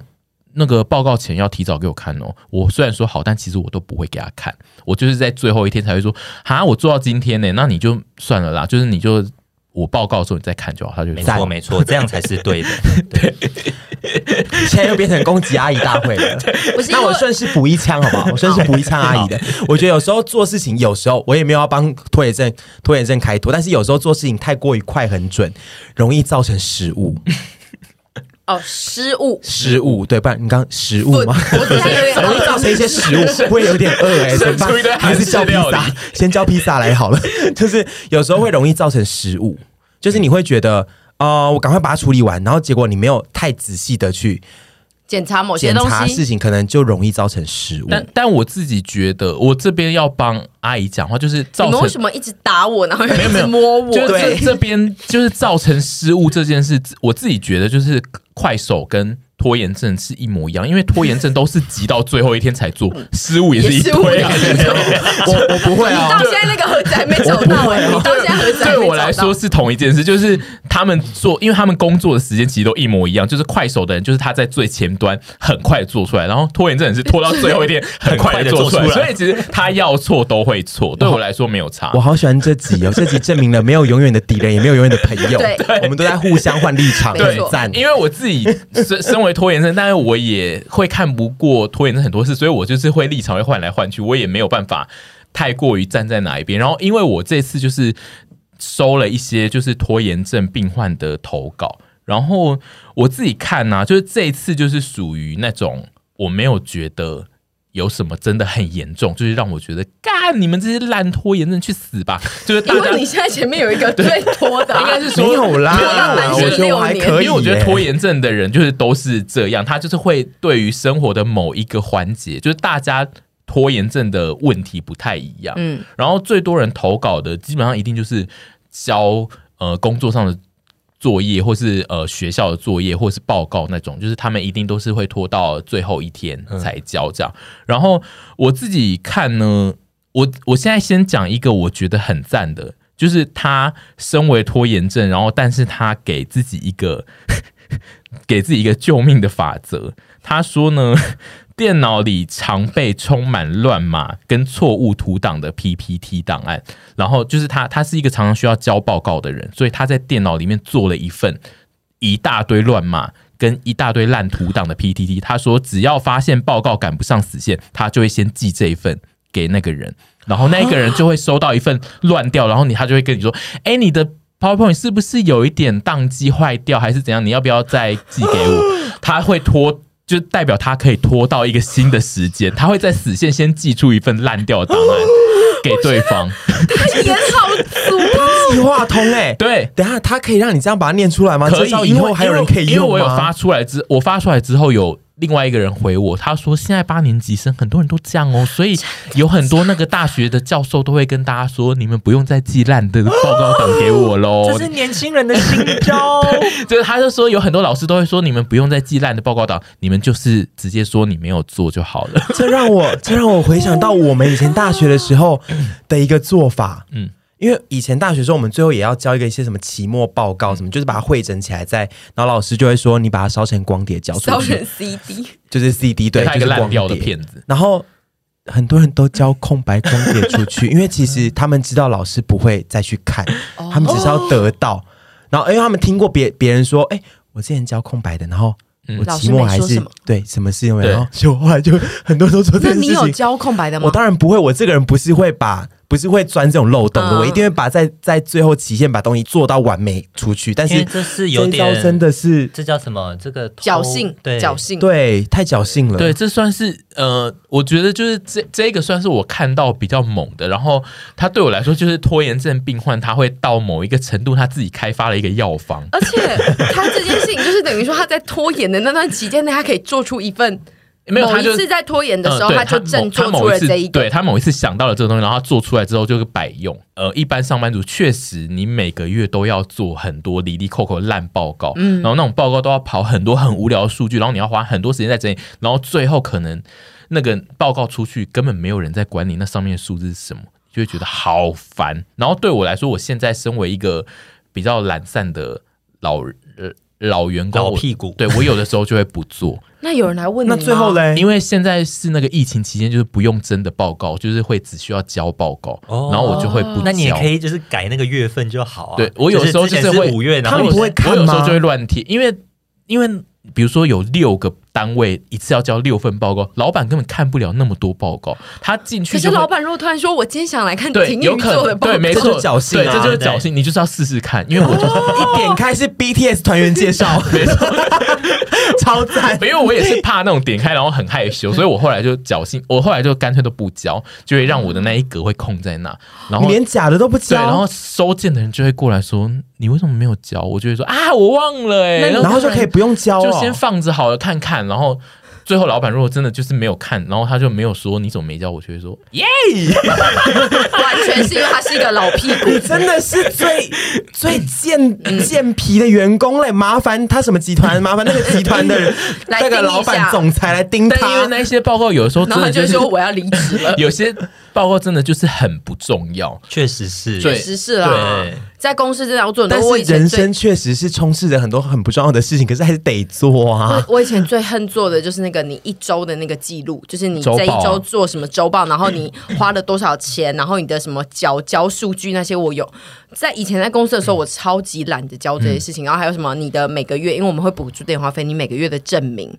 那个报告前要提早给我看哦。我虽然说好，但其实我都不会给他看，我就是在最后一天才会说，哈，我做到今天呢，那你就算了啦，就是你就我报告的时候你再看就好。他就没赞错没错，这样才是 对的。现在又变成攻击阿姨大会了。不是因那为我顺势补一枪好不好？我顺势补一枪阿姨的。我觉得有时候做事情，有时候我也没有要帮拖延症拖延症开脱，但是有时候做事情太过于快很准，容易造成失误。哦失误，失误对，不然你刚失误我 吗？ 我现在有啊点容易造成一些食物，会有点饿 哎、欸，怎么出一堆办？韩还式是叫披料理萨，先叫披萨来好了。 就是有时候会容易造成食物，就是你会觉得。哦、我赶快把它处理完，然后结果你没有太仔细的去检查某些检东查事西，情，可能就容易造成失误。但但我自己觉得，我这边要帮阿姨讲话，就是你造们成为什么一直打我，然后又没有一没直有摸我？就是对这这边就是造成失误这件事，我自己觉得就是快手跟拖延症是一模一样，因为拖延症都是急到最后一天才做，失误也是嗯一也是误堆啊。 我我不会你到，啊现在那个盒子还没找到哎、你到现在盒子还没啊对找到。我来说是同一件事，就是他们做，因为他们工作的时间其实都一模一样，就是快手的人就是他在最前端很快做出来，然后拖延症人是拖到最后 一天很快的做出来，很快地做出所来以其实他要错都会错，对我来说没有差我。好喜欢这集哦，这集证明了没有永远的敌人，也没有永远的朋 友对，我们都在互相换立场，没对很错赞。因为我自己身身为拖延症，但是我也会看不过拖延症很多事，所以我就是会立场会换来换去，我也没有办法太过于站在哪一边。然后因为我这次就是收了一些就是拖延症病患的投稿，然后我自己看呢、就是这一次就是属于那种我没有觉得。有什么真的很严重，就是让我觉得，干你们这些烂拖延症去死吧！就是大因家为你现在前面有一个最拖的啊、应该是说没有啦没有到男，生我觉得我还六可以耶，因为我觉得拖延症的人就是都是这样，他就是会对于生活的某一个环节，就是大家拖延症的问题不太一样。嗯，然后最多人投稿的，基本上一定就是交呃工作上的作业，或是呃学校的作业，或是报告那种，就是他们一定都是会拖到最后一天才交这样。然后我自己看呢，我我现在先讲一个我觉得很赞的，就是他身为拖延症，然后但是他给自己一个给自己一个救命的法则。他说呢， 电脑里常被充满乱码跟错误图档的 PPT 档案，然后就是他，他是一个常常需要交报告的人，所以他在电脑里面做了一份一大堆乱码跟一大堆烂图档的 PPT。他说，只要发现报告赶不上死线，他就会先寄这一份给那个人，然后那一个人就会收到一份乱掉，然后你他就会跟你说：“哎、你的 PowerPoint 是不是有一点宕机坏掉，还是怎样？你要不要再寄给我？” 他会拖。就代表他可以拖到一个新的时间，他会在死线先寄出一份烂掉的 档案给对方。 他眼好足 哦，计划通哎，对，等一下他可以让你这样把它念出来吗？可这以，招因为后还有人可以因为因为用我有吗发？出来之，我发出来之后有。另外一个人回我，他说：“现在八年级生很多人都这样哦，所以有很多那个大学的教授都会跟大家说，你们不用再寄烂的报告档给我 喽。这是年轻人的新招。 就是他就说有很多老师都会说，你们不用再寄烂的报告档，你们就是直接说你没有做就好了。这让我这让我回想到我们以前大学的时候的一个做法，嗯嗯。因为以前大学的时候，我们最后也要交一个一些什么期末报嗯告，什么就是把它汇整起来再，然后老师就会说你把它烧成光碟交出烧成去， CD，就是 CD 对，他一就个是烂光掉的碟。骗子，然后很多人都交空白光碟出去，因为其实他们知道老师不会再去看，哦他们只是要得到。然后因为他们听过别别人说，哎、我之前交空白的，然后我期末还老师没说是、什么对什么事情，对然后就后来就很多人都做这那件你有事情。交空白的吗我？当然不会，我这个人不是会把。不是会钻这种漏洞的，嗯我一定会把在在最后期限把东西做到完美出去。但因为是这是有一招点真的是这叫什么？这个偷侥幸，对，侥幸，对太侥幸了。对，这算是呃，我觉得就是这这个算是我看到比较猛的。然后他对我来说，就是拖延症病患，他会到某一个程度，他自己开发了一个药方。 而且他这件事情就是等于说他在拖延的那段期间内，他可以做出一份没有，某他一就次在拖延的时候，嗯对他就某正他做某出了次这一个对。他某一次想到了这个东西，然后他做出来之后就是百用。呃，一般上班族确实，你每个月都要做很多离离扣扣的烂报告，嗯然后那种报告都要跑很多很无聊的数据，然后你要花很多时间在整理，然后最后可能那个报告出去根本没有人在管你那上面的数字是什么，就会觉得好烦。然后对我来说，我现在身为一个比较懒散的老人呃老员工，老我屁股对我有的时候就会不做。那有人来问你那吗最后？嘞，因为现在是那个疫情期间，就是不用真的报告，就是会只需要交报告，哦然后我就会不交。那你也可以就是改那个月份就好啊。对我有时候就就是是之前会五月，然后他们不会看我有时候吗就会乱贴，因为因为比如说有六个单位一次要交六份报告，老板根本看不了那么多报告，他进去可是就会老板如果突然说：“我今天想来看对情有侣可座的能报对告，没这错就是侥幸对啊哦这就是侥对幸，你就是要试试看，因为我 就一点开是 BTS 团员介绍， 没错。超赞没有，我也是怕那种点开然后很害羞，所以我后来就侥幸，我后来就干脆都不交，就会让我的那一格会空在那，然你后连假的都不交，对，然后收件的人就会过来说：“你为什么没有交？”我就会说：“啊，我忘了、欸。”那你然然后就可以不用交、哦，就先放着好了看看，然后最后老板如果真的就是没有看，然后他就没有说你怎么没叫我，就会说耶。 完全是因为他是一个老屁 股。 真的是 最最贱嗯贱皮的员工嘞！麻烦他什么集 团，麻烦那个集团的人，来那个盯一老板下总裁来盯但因为他。那一些报告有的时候真然后他的，就是说我要呃离职了 有些报告真的就是很不重要。确实是，对确实是啦对，在公司这条做，但我是以前人最生确实是充斥着很多很不重要的事情，可是还是得做我 啊。我以前最恨做的就是那个你一周的那个记录，就是你周报啊这一周做什么周报，然后你花了多少钱，然后你的什么缴交数据那些，我有在以前在公司的时候，我超级懒得交这些事嗯情，然后还有什么你的每个月，因为我们会补助电话费，你每个月的证明，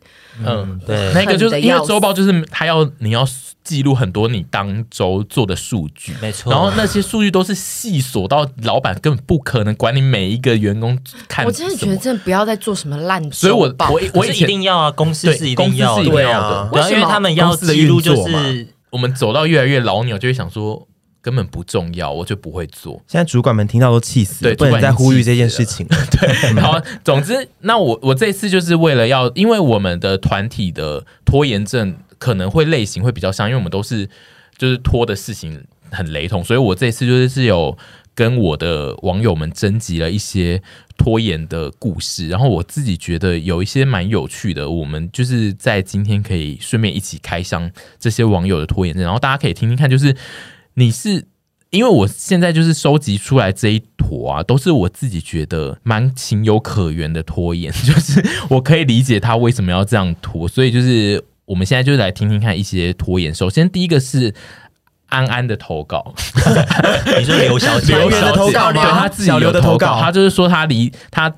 嗯，对那个就是恨得因要为周报就是他要你要记录很多你当周做的数据，没错然后那些数据都是细锁到老板根本不可能管你每一个员工看什么。我真的觉得真的不要再做什么烂嗯所以周我报，我我可以是一前定要啊，公司对是一定要公的，司是一定对要对的啊。为什啊，因为么他们要公司的记录就运作嘛是我们走到越来越老鸟，就会想说根本不重要，我就不会做。现在主管们听到都气死了，对不能主管已经再呼吁气死这件事情了。好，总之，那我我这一次就是为了要，因为我们的团体的拖延症可能会类型会比较像，因为我们都是就是拖的事情很雷同，所以我这次就是是有跟我的网友们征集了一些拖延的故事，然后我自己觉得有一些蛮有趣的，我们就是在今天可以顺便一起开箱这些网友的拖延症，然后大家可以听听看，就是你是因为我现在就是收集出来这一坨啊，都是我自己觉得蛮情有可原的拖延，就是我可以理解他为什么要这样拖，所以就是我们现在就来听听看一些拖延。首先第一个是安安的投稿，你说刘小姐，刘小姐的投稿啊对吗 他自己小有刘的投投稿他就是说他离他。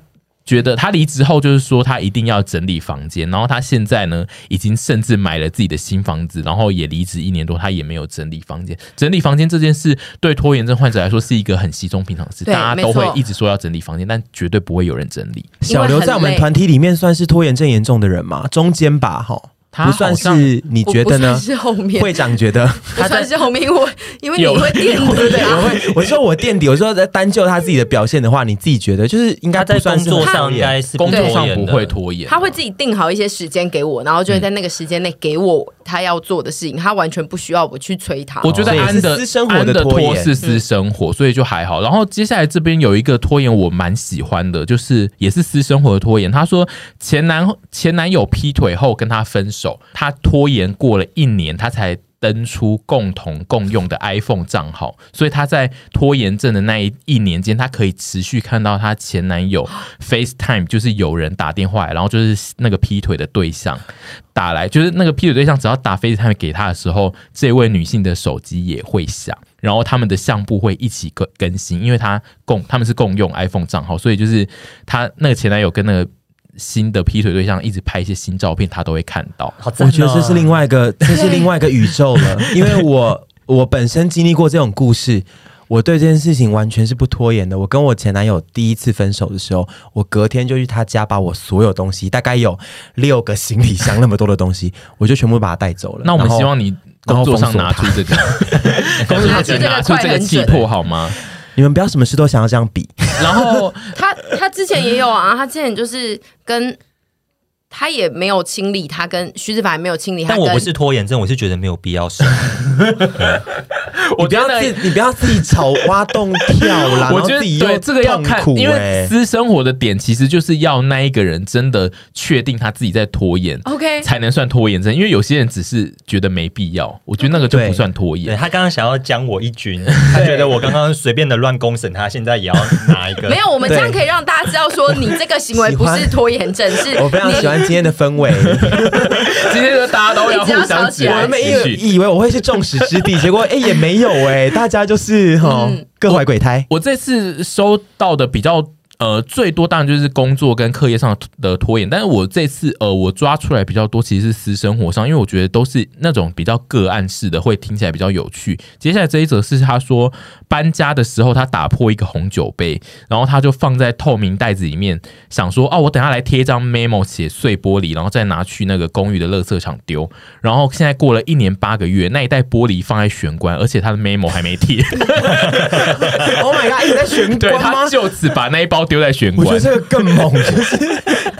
觉得他离职后，就是说他一定要整理房间，然后他现在呢，已经甚至买了自己的新房子，然后也离职一年多，他也没有整理房间。整理房间这件事对拖延症患者来说是一个很稀松平常的事，对大家都没会错一直说要整理房间，但绝对不会有人整理。小刘在我们团体里面算是拖延症严重的人嘛，中间吧，哈，他不算好是，你我觉不得呢算？是后面，会长觉得。 不算是后面，我因为你有会垫子的我啊。会，我说我垫底，我说在单就他自己的表现的话，你自己觉得就是应该他在工不算是作很上应讨厌该是工作上拖延不的会拖延，他会自己定好一些时间给我，然后就嗯会在那个时间内给我他要做的事情，他完全不需要我去催他。我觉得这也安是的私生活的安的嗯拖延是私生活，所以就还好。然后接下来这边有一个拖延我蛮喜欢的，就是也是私生活的拖延。他说前男前男友劈腿后跟他分手，他拖延过了一年，他才。登出共同共用的 iPhone 账号，所以他在拖延症的那一一年间，他可以持续看到他前男友 FaceTime，就是有人打电话来，然后就是那个劈腿的对象，打来，就是那个劈腿对象只要打 FaceTime 给他的时候，这位女性的手机也会响，然后他们的相簿会一起更更新，因为他共他们是共用 iPhone 账号，所以就是他那个前男友跟那个新的劈腿对象一直拍一些新照片，他都会看到。好赞、哦，我觉得这是另外一个，这是另外一个宇宙了。因为我我本身经历过这种故事，我对这件事情完全是不拖延的。我跟我前男友第一次分手的时候，我隔天就去他家，把我所有东西，大概有六个行李箱那么多的东西，我就全部把它带走了。那我们然后希望你工作上拿出这个， 工作上拿出这个气魄好吗？你们不要什么事都想要这样比。然后他他之前也有啊，他之前就是跟他也没有清理，他跟徐子凡也没有清理，他但跟我不是拖延症，我是觉得没有必要生。 我你不要真的。自己，你不要自己炒挖洞跳啦 我觉然后得自己又对这个要看痛，苦因为欸私生活的点其实就是要那一个人真的确定他自己在拖延， OK，才能算拖延症。因为有些人只是觉得没必要，我觉得那个就不算 拖对延。他刚刚想要将我一军，他觉得我刚刚随便的乱公审他，现在也要拿一 个。没有，我们这对样可以让大家知道说你这个行为不是拖延症，是 我非常喜欢今天的氛 围。今天就大家都要你只要互相吵指起来来我没有指去。以为我会是众矢之的，结果哎、也没有哎、 大家就是哈、嗯各怀鬼胎。我这次收到的比较。呃，最多当然就是工作跟课业上的拖延，但是我这次呃，我抓出来比较多其实是私生活上，因为我觉得都是那种比较个案式的，会听起来比较有趣。接下来这一则是他说搬家的时候，他打破一个红酒杯，然后他就放在透明袋子里面，想说哦，我等下来贴一张 memo 写碎玻璃，然后再拿去那个公寓的垃圾场丢。然后现在过了一年八个月，那一袋玻璃放在玄关，而且他的 memo 还没贴。 Oh my god！你在玄对关吗他？就此把那一包丢在玄我觉得关。这个更 猛，就是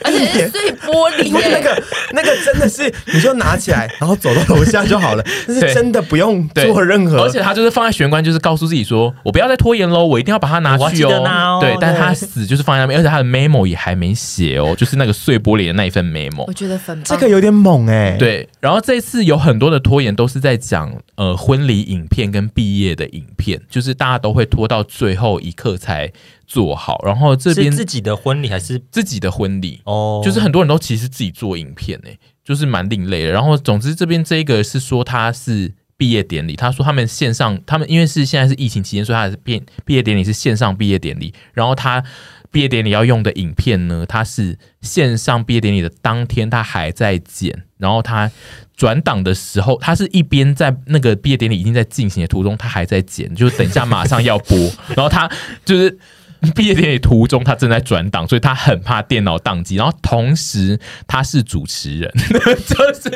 而且是碎玻璃因为那耶，个那个真的是，你就拿起来，然后走到楼下就好了，但是对真的不用对，做任何，而且他就是放在玄关，就是告诉自己说，我不要再拖延喽，我一定要把它拿我要去记得拿哦对，但对他死就是放在那边，而且他的 memo 也还没写哦，就是那个碎玻璃的那一份 memo 我。觉得粉这个有点猛哎、，对，然后这次有很多的拖延都是在讲呃婚礼影片跟毕业的影片，就是大家都会拖到最后一刻才做好，然后这边是自己的婚礼还是自己的婚礼，哦？就是很多人都其实自己做影片诶、就是蛮另类的。然后总之这边这一个是说他是毕业典礼，他说他们线上，他们因为是现在是疫情期间，所以他的毕毕业典礼是线上毕业典礼，然后他。毕业典礼要用的影片呢，他是线上毕业典礼的当天，他还在剪，然后他转档的时候，他是一边在那个毕业典礼已经在进行的途中，他还在剪，就是等一下马上要播， 然后他就是 毕业典礼途中，他正在转档，所以他很怕电脑宕机。然后同时他是主持人， 就是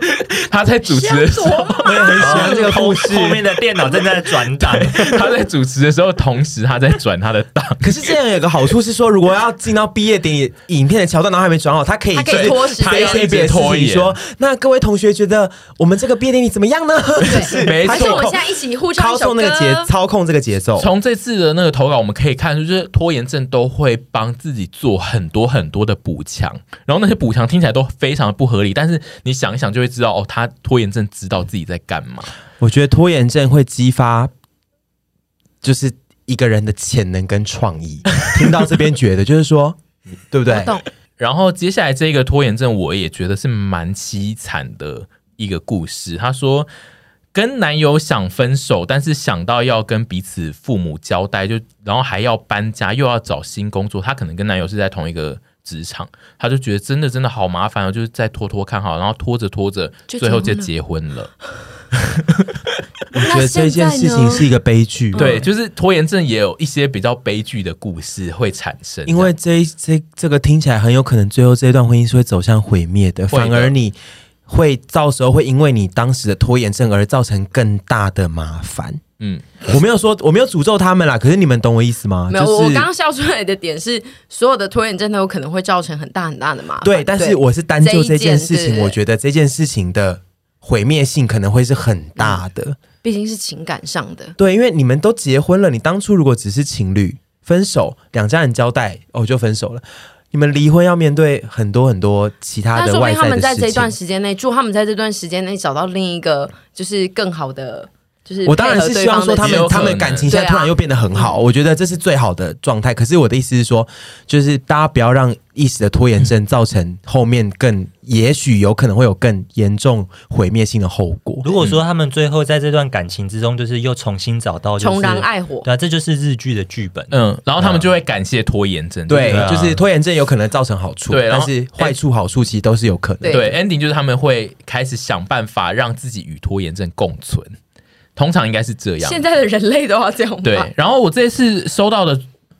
他在主持的时候，我也很喜啊欢这个故事。哦后面的电脑正在转档， 他在主持的时候，同时他在转他的档。可是这样有个好处是说，如果要进到毕业典礼影片的桥段，然后还没转好，他可以他可就以是拖时间飞他要一直别的事情拖延说，那各位同学觉得我们这个毕业典礼怎么样呢？ 就是没还还是是错我们现在一起互唱操一首纵歌那个节，操控这个节奏。从这次的那个投稿，我们可以看出，就是拖延症都会帮自己做很多很多的补强，然后那些补强听起来都非常的不合理，但是你想一想就会知道，哦，他拖延症知道自己在干嘛。我觉得拖延症会激发，就是一个人的潜能跟创 意。听到这边觉得就是说，对不我对？懂，然后接下来这个拖延症，我也觉得是蛮凄惨的一个故事。他说，跟男友想分手，但是想到要跟彼此父母交代，就然后还要搬家，又要找新工作，她可能跟男友是在同一个。职场，她就觉得真的真的好麻烦哦，就是再拖拖看好，然后拖着拖着，就最后结就婚了结婚了。我觉得这件事情是一个悲剧。嗯对，就是拖延症也有一些比较悲剧的故事会产生，因为这一这这个听起来很有可能最后这一段婚姻是会走向毁灭的，会的反而你会到时候会因为你当时的拖延症而造成更大的麻烦。嗯，我没有说我没有诅咒他们啦，可是你们懂我意思吗？没有，就我我是刚刚笑出来的点是，所有的拖延症都有可能会造成很大很大的麻烦。对，但是我是单就这件事这一件情，对我觉得这件事情的毁灭性可能会是很大的。毕竟是情感上的，对，因为你们都结婚了，你当初如果只是情侣分手，两家人交代哦就分手了，你们离婚要面对很多很多其他但的说外明他在们的在事这情段。时间内，祝他们在这段时间内找到另一个就是更好的，就是我当然配是合对希望方说的他也们有可他能们感情啊现在突然又变得很好，我觉得这是最好的状态。可是我的意思是说，就是大家不要让一时的拖延症造成后面更，也许有可能会有更严重毁灭性的后果。如果说他们最后在这段感情之中，就是又重新找到、就是、重燃爱火。对啊，这就是日剧的剧本。啊嗯，然后他们就会感谢拖延症，对对，啊就是拖延症有可能造成好处，对然但后是坏处、好处其实都是有可能。对对，ending 就是他们会开始想办法让自己与拖延症共存，通常应该是这样。现在的啊人类都要这样吧？对，然后我这次收到的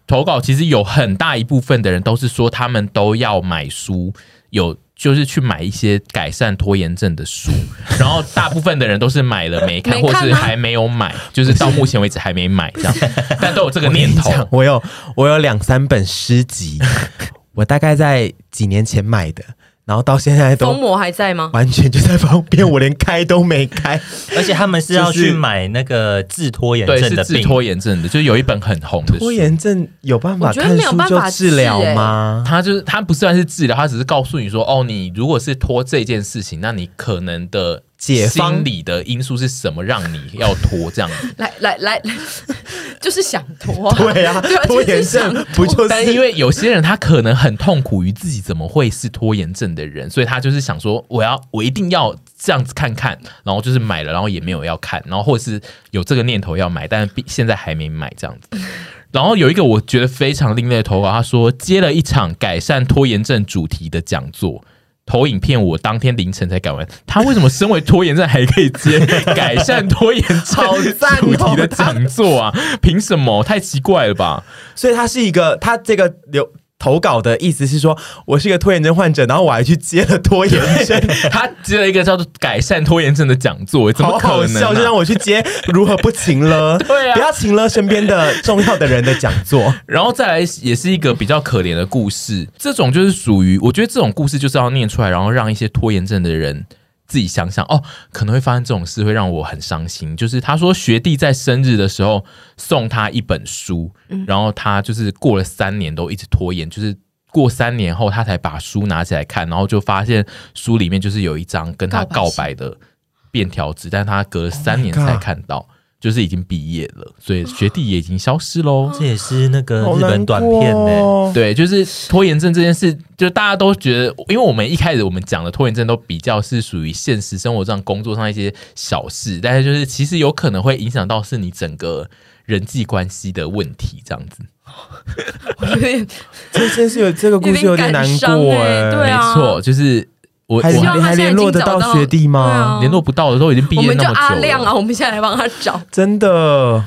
投稿，其实有很大一部分的人都是说他们都要买书，有就是去买一些改善拖延症的 书，然后大部分的人都是买了没看，没或看是吗还没有买，就是到目前为止还没买这样，但都有这个念头。 我有我有两三本诗 集，我大概在几年前买的，然后到现在疯都魔还在吗？完全就在旁边，我连开都没开。而且他们是要就是去买那个治拖延对，症是的治病，拖延症的，就是有一本很红的书。拖延症有办法我觉得看没有书办就法治治疗欸。吗？他就是他不算是治疗，他只是告诉你说，哦，你如果是拖这件事情，那你可能的解放心理的因素是什么，让你要拖这样子 来来来， 就是想拖、对啊 对啊，拖延就症是不就但因是？为有些人他可能很痛苦于自己怎么会是拖延症的人，所以他就是想说，我要我一定要这样子看看，然后就是买了，然后也没有要看，然后或者是有这个念头要买，但是现在还没买这样子。然后有一个我觉得非常另类的投稿，他说接了一场改善拖延症主题的讲座。投影片我当天凌晨才改完，他为什么身为拖延症还可以接改善拖延症赞哦主题的讲座啊？凭什么？太奇怪了吧！所以它是一个，它这个流投稿的意思是说我是一个拖延症患者，然后我还去接了拖延 症， 他接了一个叫做改善拖延症的讲座，怎好么好可能、笑，啊？就让我去接如何不勤 了，对 啊不要勤了身边的重要的人的讲座。然后再来也是一个比较可怜的故事，这种就是属于我觉得这种故事就是要念出来，然后让一些拖延症的人自己想想哦，可能会发生这种事，会让我很伤心。就是他说学弟在生日的时候送他一本书，然后他就是过了三年都一直拖延，就是。过三年后，他才把书拿起来看，然后就发现书里面就是有一张跟他告告白的便条纸，但他隔了三年 God 才看到，就是已经毕业了，所以学弟也已经消失喽。这也是那个好日本难短过片呢、哦对，就是拖延症这件事，就大家都觉得，因为我们一开始我们讲的拖延症都比较是属于现实生活上、工作上一些小事，但是就是其实有可能会影响到是你整个人际关系的问题，这样子。我有点这真是有这个故事有点难过哎、有点感伤欸对啊没错，就是我还希我望你他还现在已联络经得找到学弟吗对啊联络不到的时候已经毕我业们就那阿么久亮啊， 了，我们现在来帮他找。真的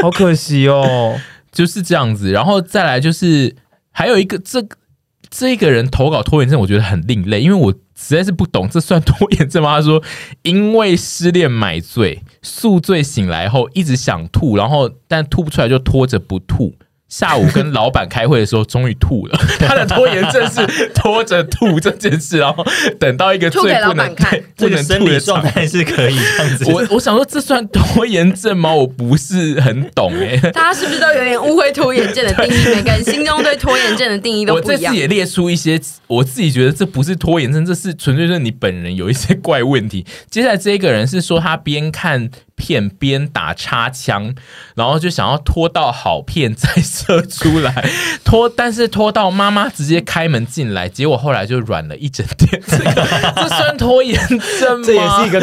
好可 惜哦。就是这样子。然后再来就是还有一个这这个人投稿拖延症，我觉得很另类，因为我实在是不懂这算拖延症吗？他说因为失恋买醉，宿醉醒来后一直想吐，然后但吐不出来就拖着不吐。下午跟老板开会的时候，终于吐 了。他的拖延症是拖着吐这件事，然后等到一个吐最给老不能板看 对这不个能生吐理的状状态。态是可以这样子。我我想说，这算拖延症吗？我不是很懂哎、大家是不是都有点误会拖延症的定义？每个人心中对拖延症的定义都我不这一样次。也列出一些，我自己觉得这不是拖延症，这是纯粹是你本人有一些怪问题。接下来这一个人是说他边看片边打插枪，然后就想要拖到好片再射出来，拖但是拖到妈妈直接开门进来，结果后来就软了一整天。这个这算拖延症吗？这也是一个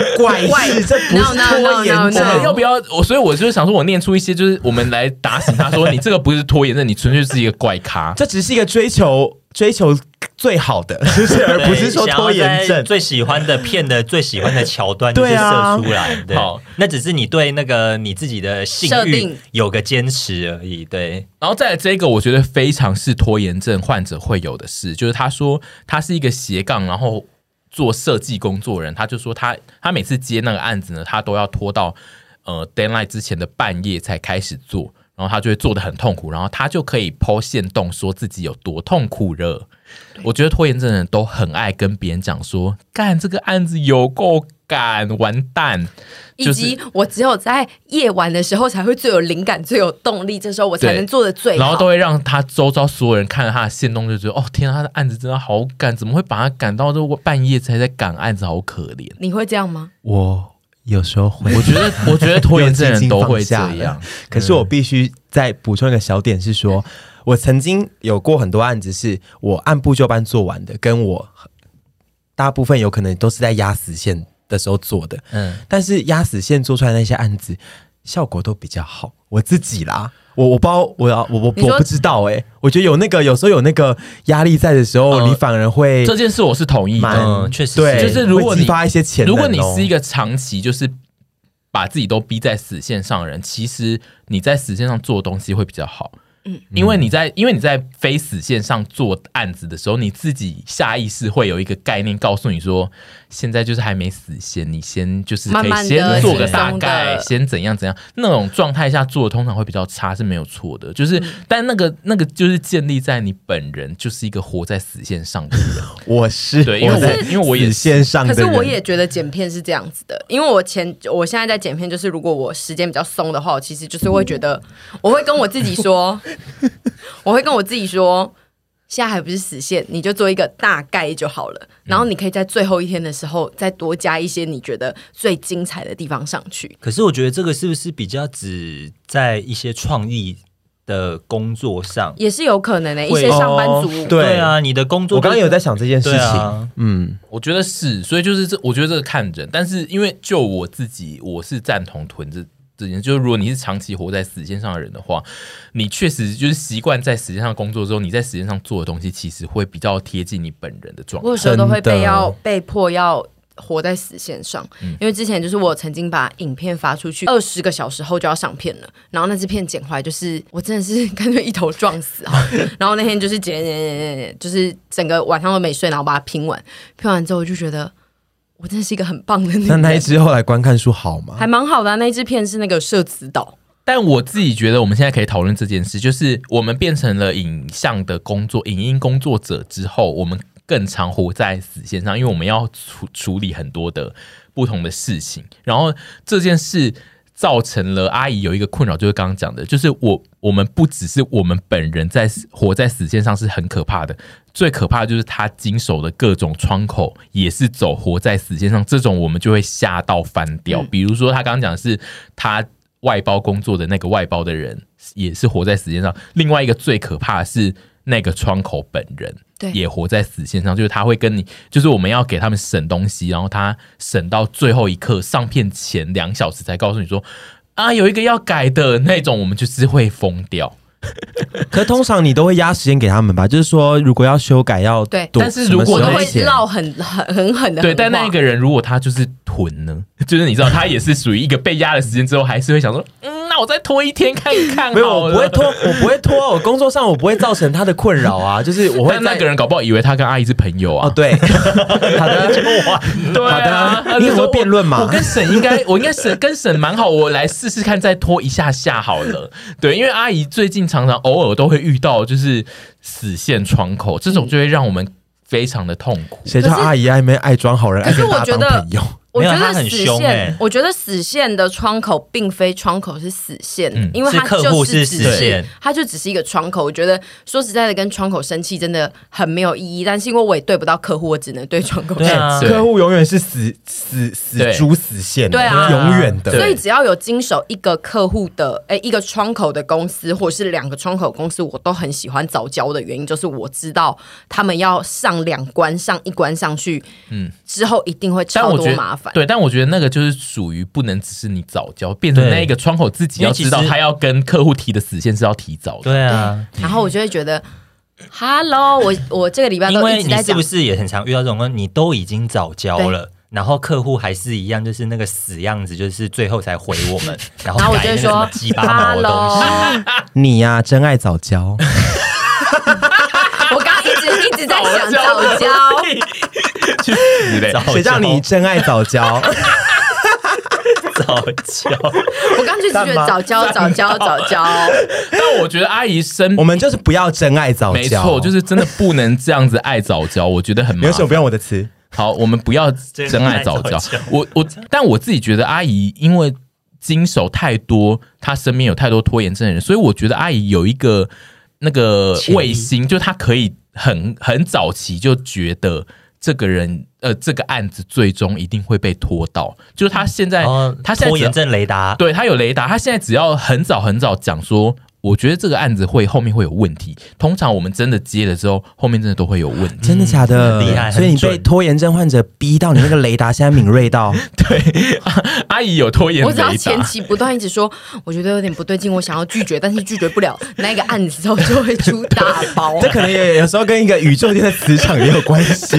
怪怪事，这不是 No, no, no, 拖延 no, 我们症 no.。要不要？我所以我就是想说，我念出一些，就是我们来打醒他说，你这个不是拖延症，你纯粹是一个怪咖。这只是一个追求追求最好的，就是而对不是说拖延想要在症。最喜欢的片的最喜欢的桥段就是对啊射出来，对好，那只是你对那个你自己的性设欲定有个坚持而已，对，然后再来这个，我觉得非常是拖延症患者会有的事，就是他说他是一个斜杠，然后做设计工作人，他就说他他每次接那个案子呢，他都要拖到呃 deadline 之前的半夜才开始做，然后他就会做的很痛苦，然后他就可以剖线动说自己有多痛苦了。我觉得拖延症的人都很爱跟别人讲说，干这个案子有够赶，完蛋，以就是及我只有在夜晚的时候才会最有灵感、最有动力，这时候我才对能做的最好。然后都会让他周遭所有人看到他的线动，就觉得哦天啊，他的案子真的好赶，怎么会把他赶到这半夜才在赶案子，好可怜。你会这样吗？我有时候会我觉得，我觉得 拖延症人都会这用尽放样下了。可是我必须再补充一个小点是说，我曾经有过很多案子是我按部就班做完的，跟我大部分有可能都是在压死线的时候做的，嗯，但是压死线做出来那些案子效果都比较好。我自己啦，我我不知道，我要我我你说我不知道哎、我觉得有那个有时候有那个压力在的时候，呃你反而会这件事我是同意蛮的。嗯确实是对，就是如果会你激发一些潜能如哦、果你是一个长期就是把自己都逼在死线上的人，其实你在死线上做东西会比较好。嗯，因为你在因为你在非死线上做案子的时候，你自己下意识会有一个概念告诉你说，现在就是还没死线，你先就是可慢以慢地先做轻个松大概，地先怎样怎样。那种状态下做的通常会比较差是没有错的，嗯就是、但那个那个就是建立在你本人就是一个活在死线上的人。我是对因为我在因为我也死线上可的是人，我也觉得剪片是这样子的，因为我前我现在在剪片，就是如果我时间比较松的话，我其实就是会觉得，嗯我会跟我自己 说，我会跟我自己说，现在还不是死线，你就做一个大概就好嗯了，然后你可以在最后一天的时候再多加一些你觉得最精彩的地方上去。可是我觉得这个是不是比较只在一些创意的工作上？也是有可能的、欸一会些上班族、哦对对啊，你的工作我刚刚就是有在想这件事对情，啊嗯，我觉得是，所以就是这，我觉得这个看人，但是因为就我自己，我是赞同囤这这件事，就是如果你是长期活在时间上的人的话，你确实就是习惯在时间上工作之后，你在时间上做的东西，其实会比较贴近你本人的状我态。有时候都会真的被要被迫要活在死线上，嗯因为之前就是我曾经把影片发出去，二十个小时后就要上片了，然后那支片剪回来，就是我真的是干脆一头撞死好了 然后那天就是剪剪剪剪剪，就是整个晚上都没睡，然后把它拼完，拼完之后我就觉得我真的是一个很棒的女那那一人，支后来观看数好吗还？蛮好的啊、那一支片是那个社子岛，但我自己觉得，我们现在可以讨论这件事，就是我们变成了影像的工作、影音工作者之后，我们更常活在死线上，因为我们要处处理很多的不同的事情，然后这件事。造成了阿姨有一个困扰，就是刚刚讲的，就是我我们不只是我们本人在死活在死线上是很可怕的，最可怕的就是他经手的各种窗口也是走活在死线上，这种我们就会吓到翻掉。比如说他刚刚讲的是他外包工作的那个外包的人也是活在死线上，另外一个最可怕的是那个窗口本人。对也活在死线上，就是他会跟你，就是我们要给他们审东西，然后他审到最后一刻，上片前两小时才告诉你说啊，有一个要改的那种，我们就是会疯掉。可通常你都会压时间给他们吧，就是说如果要修改要对多但是什么如果我都时候那会前唠很很很狠的狠话。对，但那个人如果他就是囤呢，就是你知道，他也是属于一个被压的时间之后，还是会想说，嗯，那我再拖一天看看没有，好我了不会拖，我不会拖，我工作上我不会造成他的困扰啊，就是我会但那在个人搞不好以为他跟阿姨是朋友啊。哦，对，好的，对啊，好的你有没有辩论嘛嘛？我跟沈应该，我 应该沈跟沈蛮好，我来试试看，再拖一下下好了。对，因为阿姨最近常常偶尔都会遇到就是死线窗口，这种就会让我们非常的痛嗯苦。谁叫阿姨爱没爱装好人，可爱是跟大家我觉得当朋友？我没有觉他得很死凶线欸，我觉得死线的窗口并非窗口是死线，嗯因为是它客就户是是只死线是它就只是一个窗口。我觉得说实在的，跟窗口生气真的很没有意义。但是因为我也对不到客户，我只能对窗口生对气。啊，对客户永远是死死死对猪死线，对啊永远的。所以对只要有经手一个客户的，哎、一个窗口的公司，或是两个窗口公司，我都很喜欢早教的原因，就是我知道他们要上两关、上一关上去，嗯，之后一定会但超我多觉麻得烦，。对，但我觉得那个就是属于不能只是你早教，变成对那一个窗口自己因为要其知道实他要跟客户提的死线是要提早的。对啊，然后我就会觉得，Hello，我我这个礼拜因都为一直你在是讲不，是也很常遇到这种问题？你都已经早交了。然后客户还是一样，就是那个死样子，就是最后才回我 们，然后然后我就会改那个什么说鸡巴毛的东西。 ，Hello，你呀、真爱早教，我刚刚一直一直在想早教， 去死嘞！早谁叫教你真爱早教？ 早教？ 我刚就一直觉得早教早教早 教，但我觉得阿姨身我们就是不要真爱早没教，错，就是真的不能这样子爱早教，我觉得很你麻为什烦么。不用我的词？好，我们不要真爱早教真爱早教。我我，但我自己觉得阿姨因为经手太多，她身边有太多拖延症的人，所以我觉得阿姨有一个那个潜意卫星，就她可以很很早期就觉得。这个人，呃，这个案子最终一定会被拖到，就是她现在，然后她哦现在哦拖只要延症雷达，对他有雷达，他现在只要很早很早讲说，我觉得这个案子会后面会有问题。通常我们真的接了之后，后面真的都会有问题。 真的假的？嗯很厉害所以你很准被拖延症患者逼到，你那个雷达现在敏锐到，阿姨有拖延我雷只要达，前期不断一直说，我觉得有点不对劲，我想要拒绝，但是拒绝不了，那个案子之后就会出大包。 这可能也有时候跟一个宇宙间的磁场也有关系。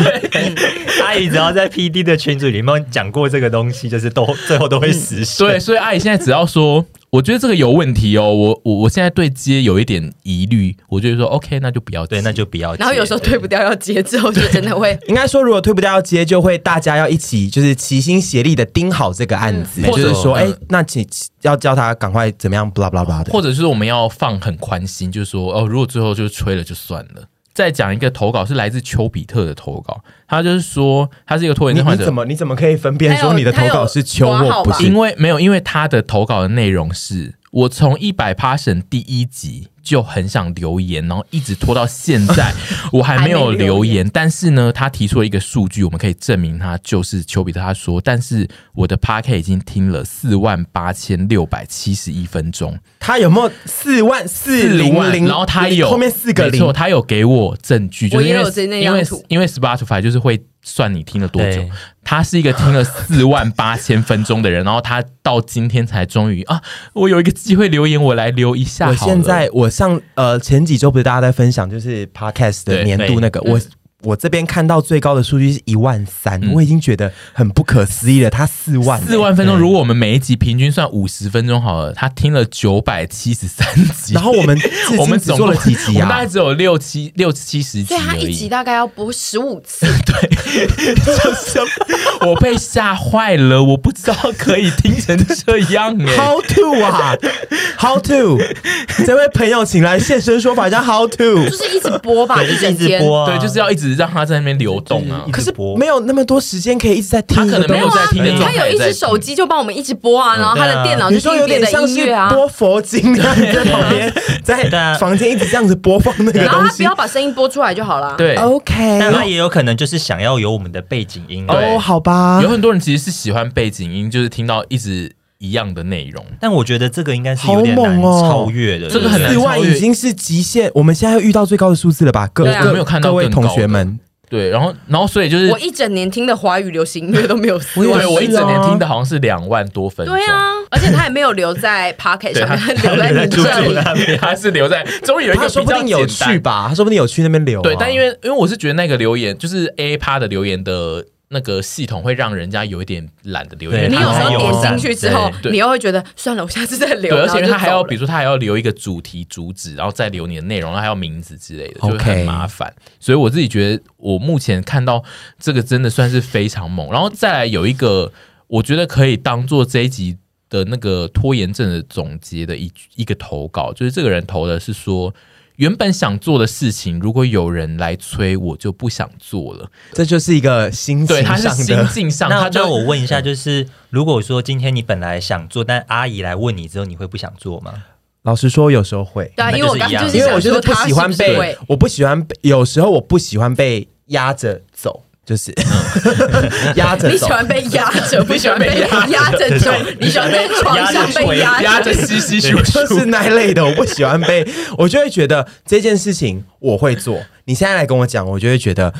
阿姨只要在 P D 的群组里面讲过这个东西，就是都最后都会实现。对，所以阿姨现在只要说，我觉得这个有问题哦，我我我现在对接有一点疑虑，我就会说 OK，那就不要接对，那就不要接。然后有时候退不掉要接，之后就真的 会 应该说，如果推不掉要接，就会大家要一起就是齐心协力的盯好这个案子，嗯就或者是说，哎、嗯那请要叫他赶快怎么样，blah blah blah 的。或者就是我们要放很宽心，就是说哦，如果最后就是吹了就算了。再讲一个投稿是来自丘比特的投稿，他就是说他是一个拖延你症患你者，怎么你怎么可以分辨说你的投稿是秋他有他有或不挂是因？为没有，因为他的投稿的内容是我从一百 passion 第一集就很想留言，然后一直拖到现 在，我还没有还没留留言言。但是呢，他提出了一个数据，我们可以证明他就是丘比特。他说，但是我的 p a r k 已经听了四万八千六百七十一分钟，他有没有四万四四零万，零？然后他有后面四个没零错，，他有给我证据，就我是因也为有这那因为张图因为 Spotify 就是会算你听了多久对，他是一个听了四万八千分钟的人，然后他到今天才终于啊，我有一个机会留言，我来留一下好我了。现在我上呃前几周不是大家在分享就是 podcast 的对嗯年度那个，我我这边看到最高的数据是一万三、我已经觉得很不可思议了。他四万、欸四万分钟，如果我们每一集平均算五十分钟好了，他听了九百七十三集，然后 我们至我们今只总做共了几集我们大啊概？只有六七六七十集所以他而一集已。大概要播十五次， 我被吓坏了，我不知道可以听成这样 哎、 How to 啊？How to？这位朋友请来现身说法一下 How to。就是一直播吧， 对，就一是一整直天。播、啊，对，就是要一直让他在那边流动啊一。可直是播没有那么多时间可以一直在听他一可个能东没西，有在听的没有啊状他有态一只在手机就帮我们一直播啊，然后他对的啊电脑你就说听有别点的像音是乐啊，播佛经啊，你在旁边对在啊房间一直这样子播放那个然后东他不西要。把声音播出来就好了。，对，哦但他 OK，也有可能就是想要有我们的背景音乐。对哦，好吧有，很多人其实是喜欢背景音，就是听到一直一样的内容。但我觉得这个应该是有点好难猛哦超越的，这个很难四对不对超万越已经是极限，我们现在遇到最高的数字了吧？各对啊各我没有看到各位更高同的学们，对，然后然后所以就是我一整年听的华语流行音乐都没有四我也对万是。我一整年啊听的好像是两万多分钟。对啊， 而且他也没有留在 Pocket 对上他面，留在你住这住里。那边， 他是留在，终于有一个他说比不较定有简单去。吧，他说不定有去那边留啊。对，但因为因为我是觉得那个留言就是 A 趴的留言的那个系统会让人家有一点懒得留对言，你有时候点进去之后对，对你又会觉得算了，我下次再留。对，而然后且就他还要，走了比如说他还要留一个主题主旨，然后再留你的内容，然后还要名字之类的，就会很 OK 麻烦。所以我自己觉得，我目前看到这个真的算是非常猛。然后再来有一个，我觉得可以当做这一集的那个拖延症的总结的一一个投稿，就是这个人投的是说。原本想做的事情，如果有人来催，我就不想做了。这就是一个心对，情他是上心的。境上，那他那就我问一下，就是如果说今天你本来想做，但阿姨来问你之后，你会不想做吗？老实说，有时候会，对啊，那因为我就是刚一样就因为想我就是说不他喜是欢不是被会，我不喜欢被，有时候我不喜欢被压着走，就是压着你喜走。欢被压着，不喜欢被压着走，你喜欢在床上被压压着稀稀疏疏，就是那一类的，我不喜欢被，我就会觉得这件事情我会做。你现在来跟我讲，我就会觉得，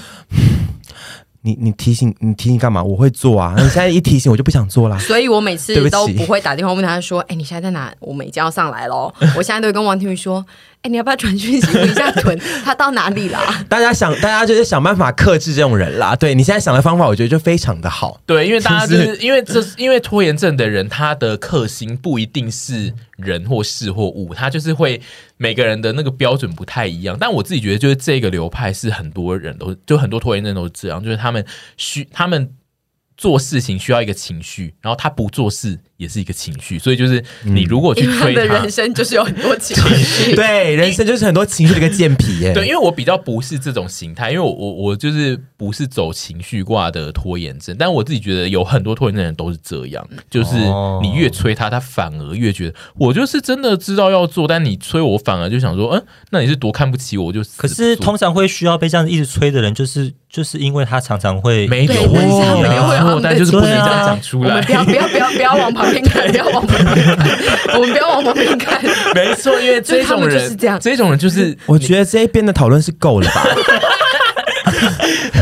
你你提醒你提醒干嘛？我会做啊。你现在一提醒我就不想做啦。 所以我每对不次起都不会打电话问他说：“哎、你现在在哪？我们已经要上来喽。”我现在都会跟王天宇说：“哎、你要不要传讯息问一下屯，他到哪里啦大家想，大家就是想办法克制这种人啦。对你现在想的方法，我觉得就非常的好。对，因为大家就是不是因为这是因为拖延症的人，他的克星不一定是人或事或物，他就是会每个人的那个标准不太一样。但我自己觉得，就是这个流派是很多人都就很多拖延症都是这样，就是他们需他们。做事情需要一个情绪，然后他不做事也是一个情绪，所以就是你如果？”去因为他推的他，人生就是有很多情绪。对，人生就是很多情绪的一个健脾耶。对，因为我比较不是这种形态，因为我我我就是不是走情绪挂的拖延症，但我自己觉得有很多拖延症的人都是这样，就是哦你越催他，他反而越觉得我就是真的知道要做，但你催我，反而就想说，嗯，那你是多看不起我，我就死可不是做通常会需要被这样一直催的人，就是就是因为他常常会没有对，但是他们也会有他们的但就是不能情这绪啊样讲出我来们。不要不要不要不要往旁边 看，不要往旁边看，我们不要往旁边看。没错，因为就这是他种们人就是这样种人就是我觉得这一边的讨论是够了 吧？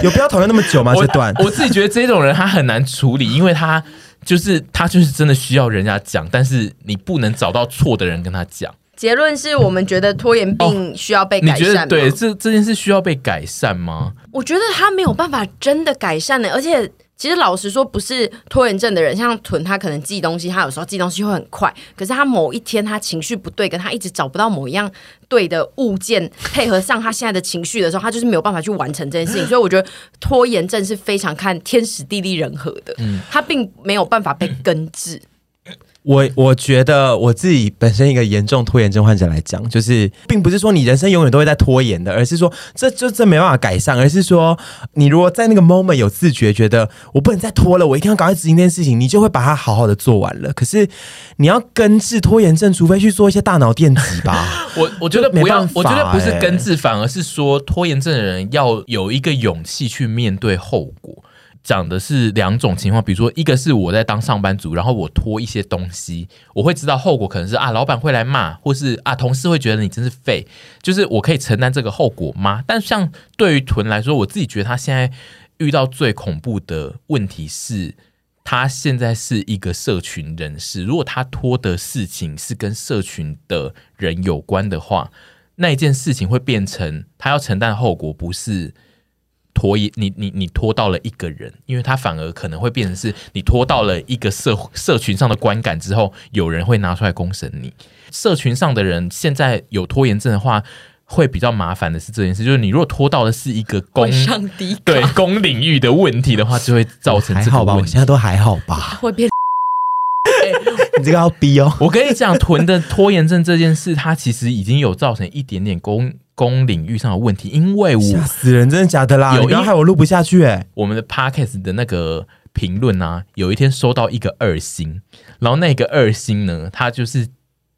有必要讨论那么久吗？这段我我自己觉得这种人他很难处理，因为他就是他就是真的需要人家讲，但是你不能找到错的人跟他讲。结论是我们觉得拖延病需要被哦你改觉善得吗对这这件事需要被改善吗？我觉得他没有办法真的改善欸的，而且其实老实说，不是拖延症的人，像屯他可能记东西，他有时候记东西会很快，可是他某一天他情绪不对，跟他一直找不到某一样对的物件，配合上他现在的情绪的时候，他就是没有办法去完成这件事嗯情。所以我觉得拖延症是非常看天时地利人和的，嗯他并没有办法被根治。我我觉得我自己本身一个严重拖延症患者来讲，就是并不是说你人生永远都会在拖延的，而是说这就这没办法改善，而是说你如果在那个 moment 有自觉，觉得我不能再拖了，我一定要赶快执行这件事情，你就会把它好好的做完了。可是你要根治拖延症，除非去做一些大脑电极吧。我我觉得不要就没办，法欸我觉得不是根治，反而是说拖延症的人要有一个勇气去面对后果。讲的是两种情况，比如说一个是我在当上班族，然后我拖一些东西，我会知道后果可能是啊，老板会来骂，或是啊，同事会觉得你真是废，就是我可以承担这个后果吗？但像对于屯来说，我自己觉得他现在遇到最恐怖的问题是，他现在是一个社群人士，如果他拖的事情是跟社群的人有关的话，那一件事情会变成他要承担的后果不是拖一你你你拖到了一个人，因为他反而可能会变成是你拖到了一个社社群上的观感之后，有人会拿出来公审你。社群上的人现在有拖延症的话。会比较麻烦的是这件事，就是你如果拖到的是一个公会上低卡 对公领域的问题的话，就会造成还这个好吧，问我题现。在都还好 吧。会变你这个要逼哦。我跟你讲，囤的拖延症这件事，它其实已经有造成一点点公公领域上的问题，因为我吓死人，真的假的啦？有你不要一害我录不下去哎、我们的 podcast 的那个评论啊，有一天收到一个二星，然后那个二星呢，他就是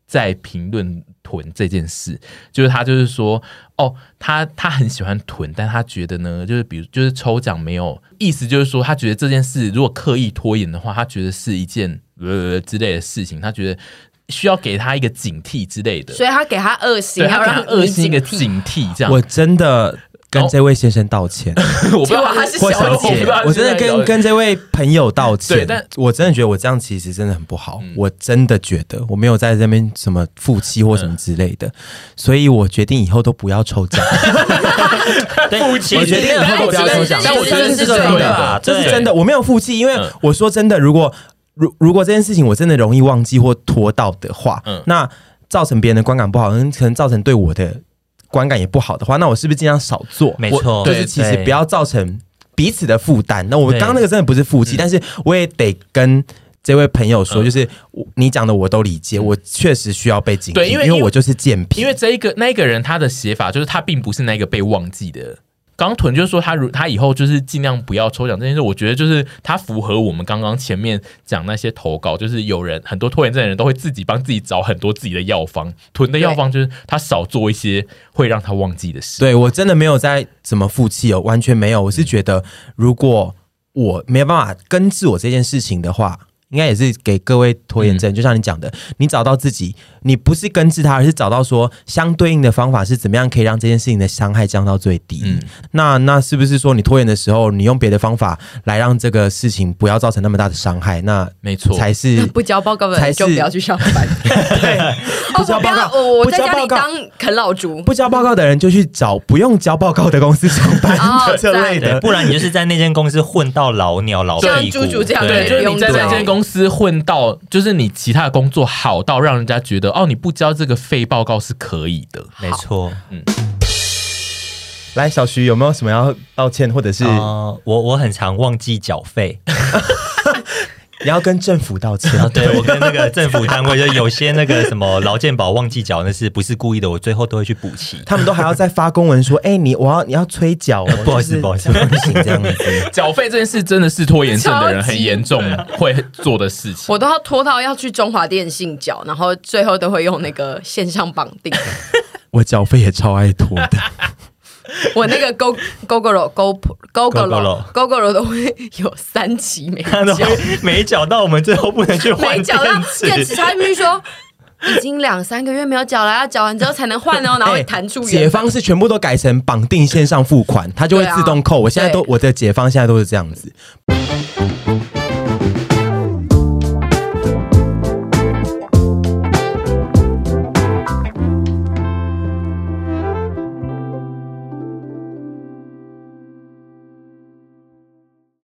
在评论囤这件事，就是他就是说，哦，他他很喜欢囤，但他觉得呢，就是比如就是抽奖没有意思，就是说他觉得这件事如果刻意拖延的话，他觉得是一件呃之类的事情，他觉得需要给他一个警惕之类的。所以他给他恶心，对他要给他让二星一个警惕。警惕，这样我真的跟这位先生道歉，我不知道结果他是或小姐小我不姐知道，他我是真的在跟聊跟这位朋友道歉。对但我真的觉得我这样其实真的很不好，我真的觉得我没有在这边什么负气或什么之类的，所以我决定以后都不要抽奖。对，啊父亲我我觉决得定以后都不要抽奖，但我觉得这是真对的的，啊这是真的。我没有负气，因为嗯我说真的，如果如如果这件事情我真的容易忘记或拖到的话，嗯那造成别人的观感不好，嗯跟可能造成对我的观感也不好的话，那我是不是尽量少做？没错，我就对是其实不要造成彼此的负担。那我们刚刚那个真的不是负气，但是我也得跟。这位朋友说，就是我你讲的我都理解，我确实需要被警惕，对因为我就是贱皮，因为这一个那一个人他的写法就是他并不是那个被忘记的。刚屯就是说他如他以后就是尽量不要抽奖这件事，我觉得就是他符合我们刚刚前面讲那些投稿，就是有人很多拖延症的人都会自己帮自己找很多自己的药方，囤的药方就是他少做一些会让他忘记的事。对我真的没有在怎么负气哦，完全没有。我是觉得，如果我没办法根治我这件事情的话，应该也是给各位拖延嗯症，就像你讲的，你找到自己，你不是根治它，而是找到说相对应的方法是怎么样可以让这件事情的伤害降到最低。嗯那那是不是说你拖延的时候，你用别的方法来让这个事情不要造成那么大的伤害？那没错才是不交报告的人才是就不要去上班。不哦，交我不报要，告我我不在交家里报告当啃老族。不交报告的人就去找不用交报告的公司上班哦 这类对，的。不然你就是在那间公司混到老鸟老像屁股，猪猪这样对，对就是不你用在做那间公司混到，就是你其他的工作好到让人家觉得哦，你不交这个废报告是可以的。没错。嗯来，小徐有没有什么要道歉，或者是啊，我我很常忘记缴费，你要跟政府道歉然后？对我跟那个政府单位，就有些那个什么劳健保忘记缴，那是不是故意的？我最后都会去补齐。他们都还要再发公文说，哎、你我要你要催缴、哦， 不好意思就是不好意思这样不行这样子。缴费这件事真的是拖延症的人超级很严重会做的事情。我都要拖到要去中华电信缴，然后最后都会用那个线上绑定。 我缴费也超爱拖的，我那个 Go Go Go Go Go Go Go Gogoro Go Go 都会有三期没他 都交，没缴到，我们最后不能去换没缴到电电池，池。他必须说已经两三个月没有缴了，要缴完之后才能换 哦，然后会弹出哎解原本。方是全部都改成绑定线上付款，它就会对啊自动扣。我现在都对我的解方现在都是这样子。